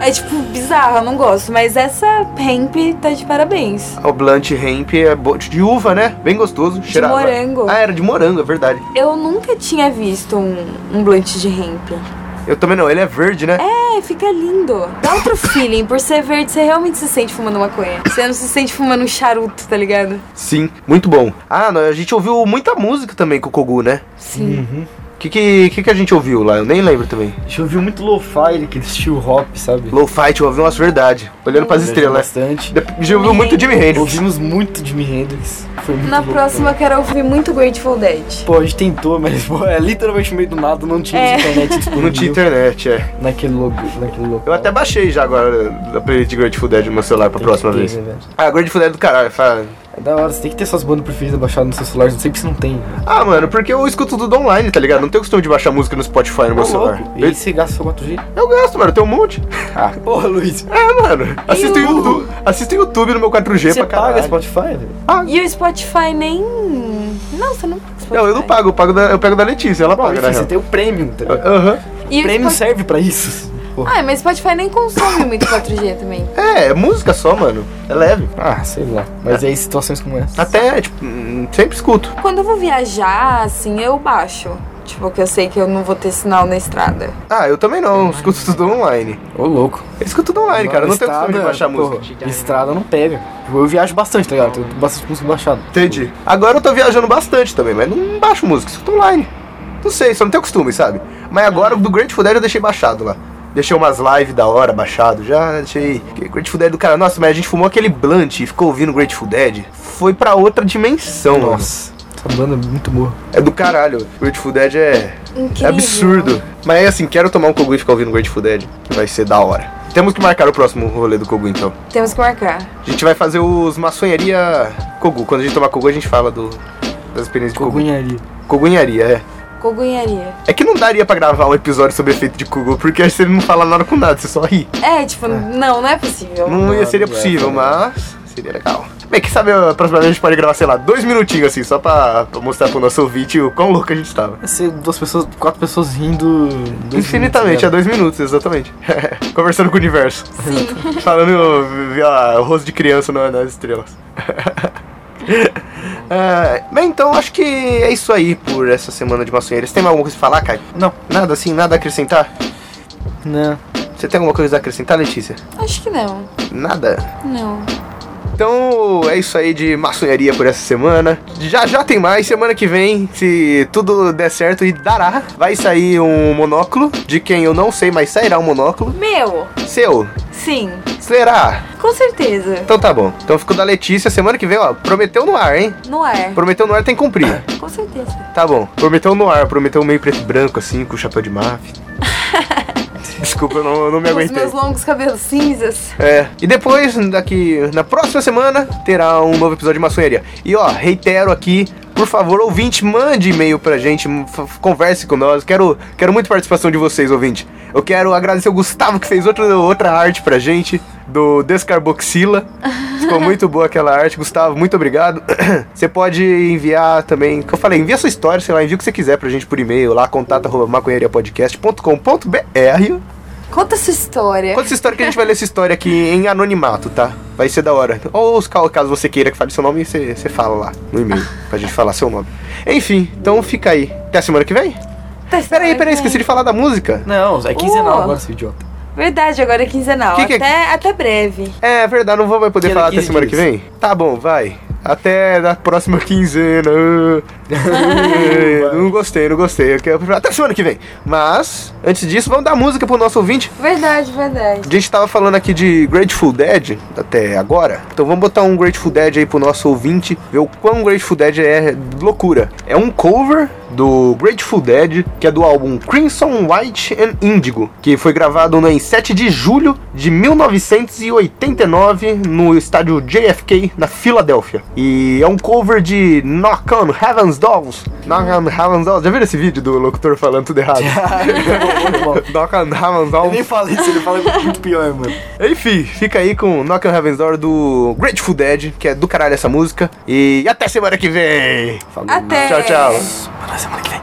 é, tipo, bizarro, eu não gosto. Mas essa hemp tá de parabéns. O blunt hemp é bo- de uva, né? Bem gostoso. De morango. Ah, era de morango, é verdade. Eu nunca tinha visto um, um blunt de hemp. Eu também não, ele é verde, né? É, fica lindo. Dá outro feeling. Por ser verde, você realmente se sente fumando maconha. Você não se sente fumando um charuto, tá ligado? Sim, muito bom. Ah, não, a gente ouviu muita música também com o Kogu, né? Sim. O que que, que que a gente ouviu lá? Eu nem lembro também. A gente ouviu muito lo-fi, aquele estilo hop, sabe? Low Fight, eu ouvi umas verdade. Olhando pras estrelas. Bastante. né? A gente ouviu muito Jimi Hendrix. Ouvimos muito Jimi Hendrix. Foi muito Na louco. próxima eu quero ouvir muito Grateful Dead. Pô, a gente tentou, mas pô, é literalmente no meio do nada, não tinha É. internet disponível. Não tinha internet, é. Naquele, lo naquele local. Eu até baixei já agora a playlist de Grateful Dead no meu celular pra Tem próxima que ter, vez. né, velho? Ah, Grateful Dead do caralho. fala- É da hora, você tem que ter suas bandas preferidas baixadas no seu celular, não sei que você não tem. né? Ah, mano, porque eu escuto tudo online, tá ligado? Não tenho costume de baixar música no Spotify no meu Ô, celular. Tá louco, E Eu, aí você gasta seu 4G? eu gasto, mano, eu tenho um monte. Ah, porra, Luiz. É, mano. Assisto o- YouTube, assisto YouTube no meu 4G um Você pra caralho. paga Spotify, velho? E o Spotify nem. Não, você não. paga Spotify. Não, eu não pago, eu, pago da, eu pego da Letícia, ela Bom, paga, enfim, né? você tem o Premium, tá ligado? Aham. E O o Premium Spotify... serve pra isso. Porra. Ah, mas Spotify nem consome muito 4G também. É, é música só, mano. É leve. Ah, sei lá. Mas É. aí situações como essa. Até, tipo, hum, sempre escuto. Quando eu vou viajar, assim, eu baixo. Tipo, que eu sei que eu não vou ter sinal na estrada. Ah, eu também não, escuto tudo online. Ô, louco. Eu escuto tudo online, cara, eu não tenho Estrada, costume de baixar porra, música. Estrada não pega. Eu viajo bastante, tá ligado? Tenho bastante música baixada. Entendi. Agora eu tô viajando bastante também, mas não baixo música, escuto online. Não sei, só não tenho costume, sabe? Mas agora o do Grateful Dead eu deixei baixado lá. Deixei umas lives da hora baixado, já deixei. Porque Grateful Dead é do cara, nossa, mas a gente fumou aquele blunt e ficou ouvindo Grateful Dead. Foi pra outra dimensão, nossa. Nossa, essa banda é muito boa. É do caralho. Grateful Dead é, é Incrível. absurdo. Mas assim, quero tomar um Kogu e ficar ouvindo Grateful Dead. Vai ser da hora. Temos que marcar o próximo rolê do Kogu então. Temos que marcar. A gente vai fazer os maçonharia Kogu. Quando a gente tomar Kogu, a gente fala do, das experiências de Kogu. Cogunharia. Cogunharia, é. Cogunharia. É que não daria pra gravar um episódio sobre efeito de Google, porque você não fala nada com nada, você só ri. É, tipo, não, não é possível. Não ia seria é, possível, é. mas Seria legal. Bem, quem sabe a próxima vez a gente pode gravar, sei lá, dois minutinhos assim, só pra, pra mostrar pro nosso ouvinte o quão louco a gente tava. Vai É ser duas pessoas, quatro pessoas rindo. tá dois Infinitamente, é há minutos, é. dois minutos, exatamente. Conversando com o universo. Sim. Falando ó, o rosto de criança na- nas estrelas. Ah, bem, então acho que é isso aí por essa semana de maçonheiras. Tem mais alguma coisa pra falar, Caio? Não. Nada assim, nada a acrescentar? né? Você tem alguma coisa a acrescentar, Letícia? Acho que não. Nada. Não. Então é isso aí de maçonharia por essa semana. Já já tem mais, semana que vem, se tudo der certo e dará, vai sair um monóculo de quem eu não sei, mas sairá um monóculo. Meu, Seu, sim. será? Com certeza. Então tá bom. Então fico da Letícia semana que vem, ó. Prometeu no ar, hein? No ar. Prometeu no ar tem que cumprir. Com certeza. Tá bom. Prometeu no ar, prometeu meio preto e branco, assim, com chapéu de máfia. Desculpa, eu não, eu não me Com os aguentei. meus longos cabelos cinzas. É, e depois, daqui na próxima semana, terá um novo episódio de maçonharia. E ó, reitero aqui, por favor, ouvinte, mande e-mail pra gente, f- f- converse com nós. Quero, quero muito participação de vocês, ouvinte. Eu quero agradecer o Gustavo que fez outra, outra arte pra gente, do Descarboxila. Ficou muito boa aquela arte, Gustavo, muito obrigado. Você pode enviar também, que eu falei, envia sua história, sei lá, envia o que você quiser pra gente por e-mail lá, contato.maconheriapodcast.com.br Conta essa história. Conta essa história que a gente vai ler essa história aqui em anonimato, tá? Vai ser da hora. Ou os ca- caso você queira que fale seu nome, você você fala lá no e-mail pra gente falar seu nome. Enfim, então fica aí. Até a semana que vem? Tá Peraí, peraí, esqueci de falar da música. Não, é quinzenal Uh. agora, seu idiota. Verdade, agora é quinzenal. Que que é- Até, até breve. É verdade, não vou mais poder Que era falar até 15 semana que dias. vem? Tá bom, vai. Até na próxima quinzena. não gostei, não gostei. Eu quero- Até semana que vem. Mas, antes disso, vamos dar música pro nosso ouvinte. Verdade, verdade. A gente tava falando aqui de Grateful Dead até agora. Então vamos botar um Grateful Dead aí pro nosso ouvinte ver o quão Grateful Dead é loucura. É um cover do Grateful Dead, que é do álbum Crimson, White and Indigo, que foi gravado no- em 7 de julho de 1989 no estádio JFK, na Filadélfia. E é um cover de Knock on Heaven's Dolls. Knock on Heaven's Dolls. Já viram esse vídeo do locutor falando tudo errado? Knock on Heaven's Eu Dolls. nem falei isso, ele fala muito pior, mano. Enfim, fica aí com Knock on Heaven's Door do Grateful Dead, que é do caralho essa música. E até semana que vem! Falou. Até. Tchau, tchau. Até semana que vem.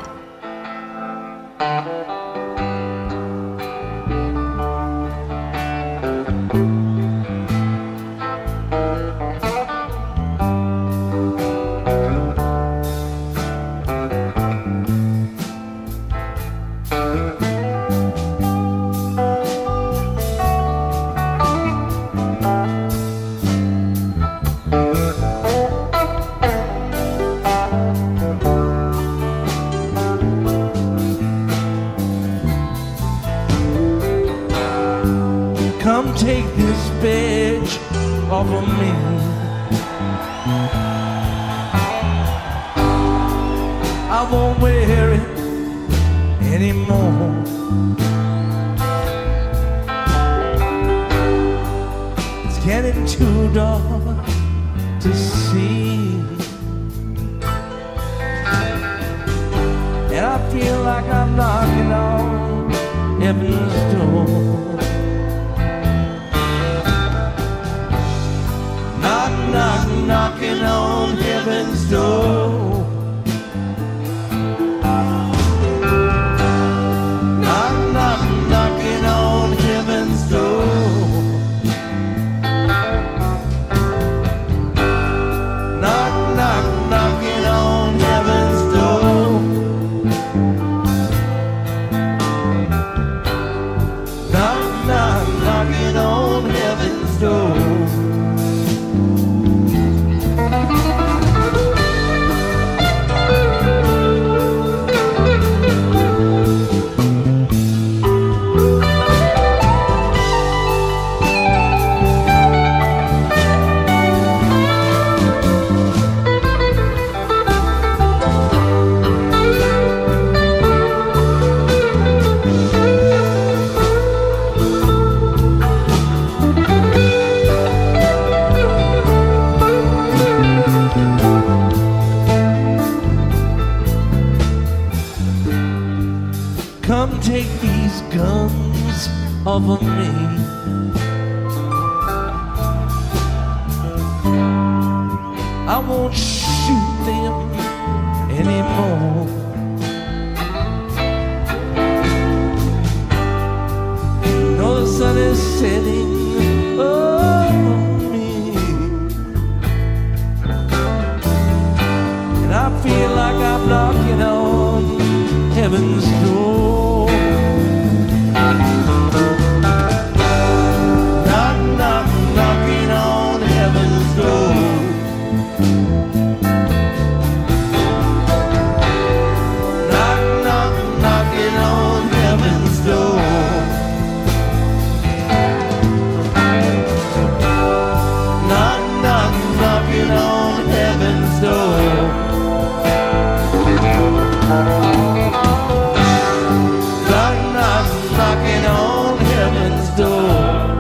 Come take this bitch off of me. I won't wear it anymore. It's getting too dark to see. And I feel like I'm knocking on heaven's door. knock, knock, knocking on heaven's door. Knock, knock, knocking on heaven's door. Knock, knock, knocking on heaven's door. Knock, knock, knocking on heaven's door. Come take these guns off of me. won't shoot them anymore. No the sun is setting on me, and I feel like I'm knocking on heaven's door. Knock, knock, knocking on heaven's door. Knock, knock, knocking on heaven's door. Knock, knock, knocking on heaven's door. Knock, knock, knocking on heaven's door.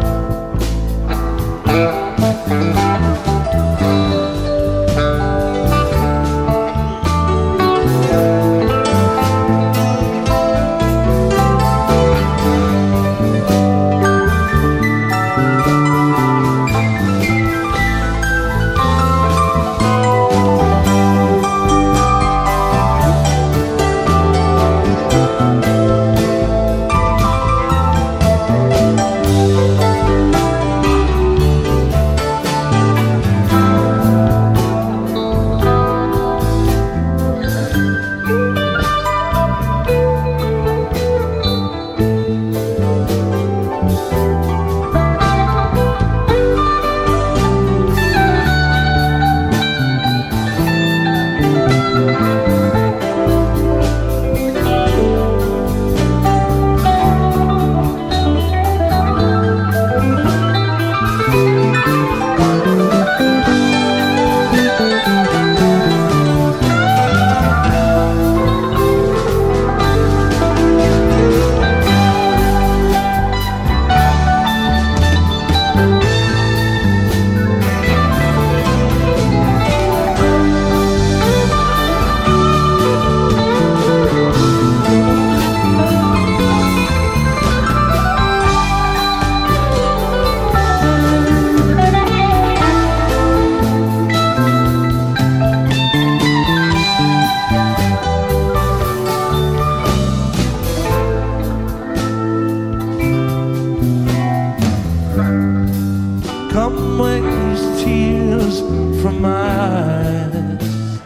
Come wipe these tears from my eyes.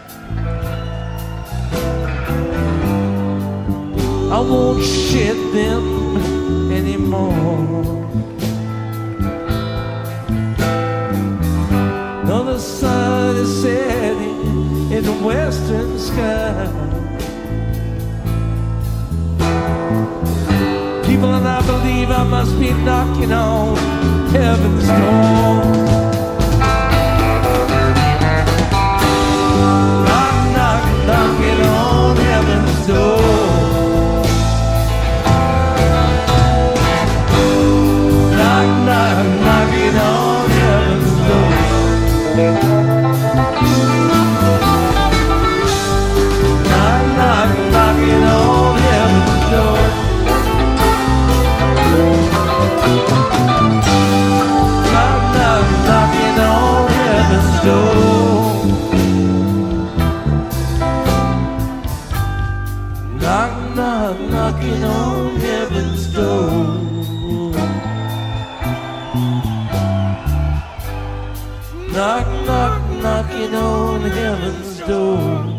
I won't shed them anymore. Though the sun is setting in the western sky. People and I believe I must be knocking on heaven's door. Knock, knock, knocking on heaven's door. Knock, knock, knocking on heaven's door. Knock, knock, knocking on heaven's door. Knock, knock, knocking on heaven's door. Knock, knock, knocking on heaven's door. Knock, knock, knocking on heaven's door.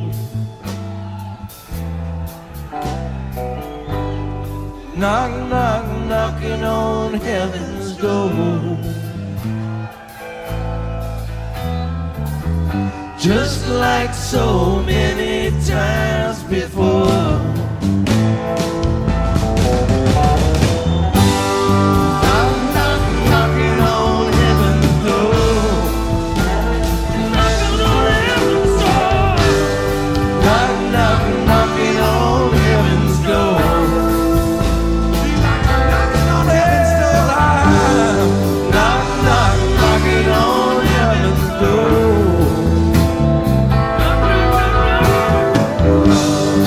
Knock, knock, knocking on heaven's door. Just like so many times before. Knock, knock, knocking on heaven's door. Knock, knock, knocking on heaven's door.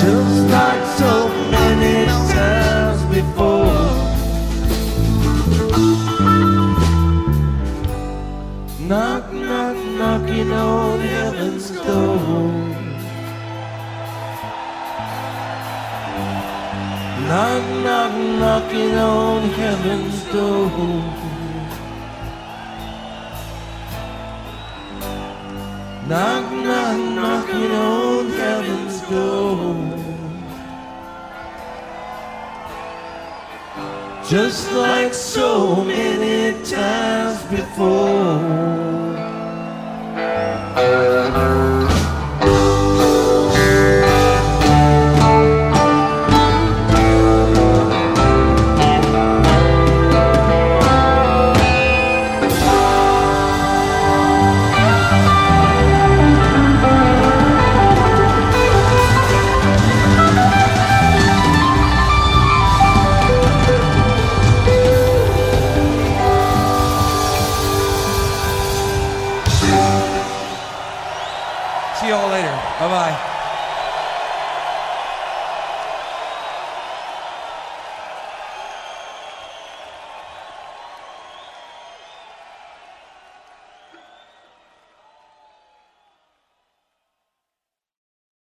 Just like heaven's door. Knock, knock, knocking on heaven's door. Knock, knock, knocking on heaven's door. just like so many times before. See y'all later. Bye bye.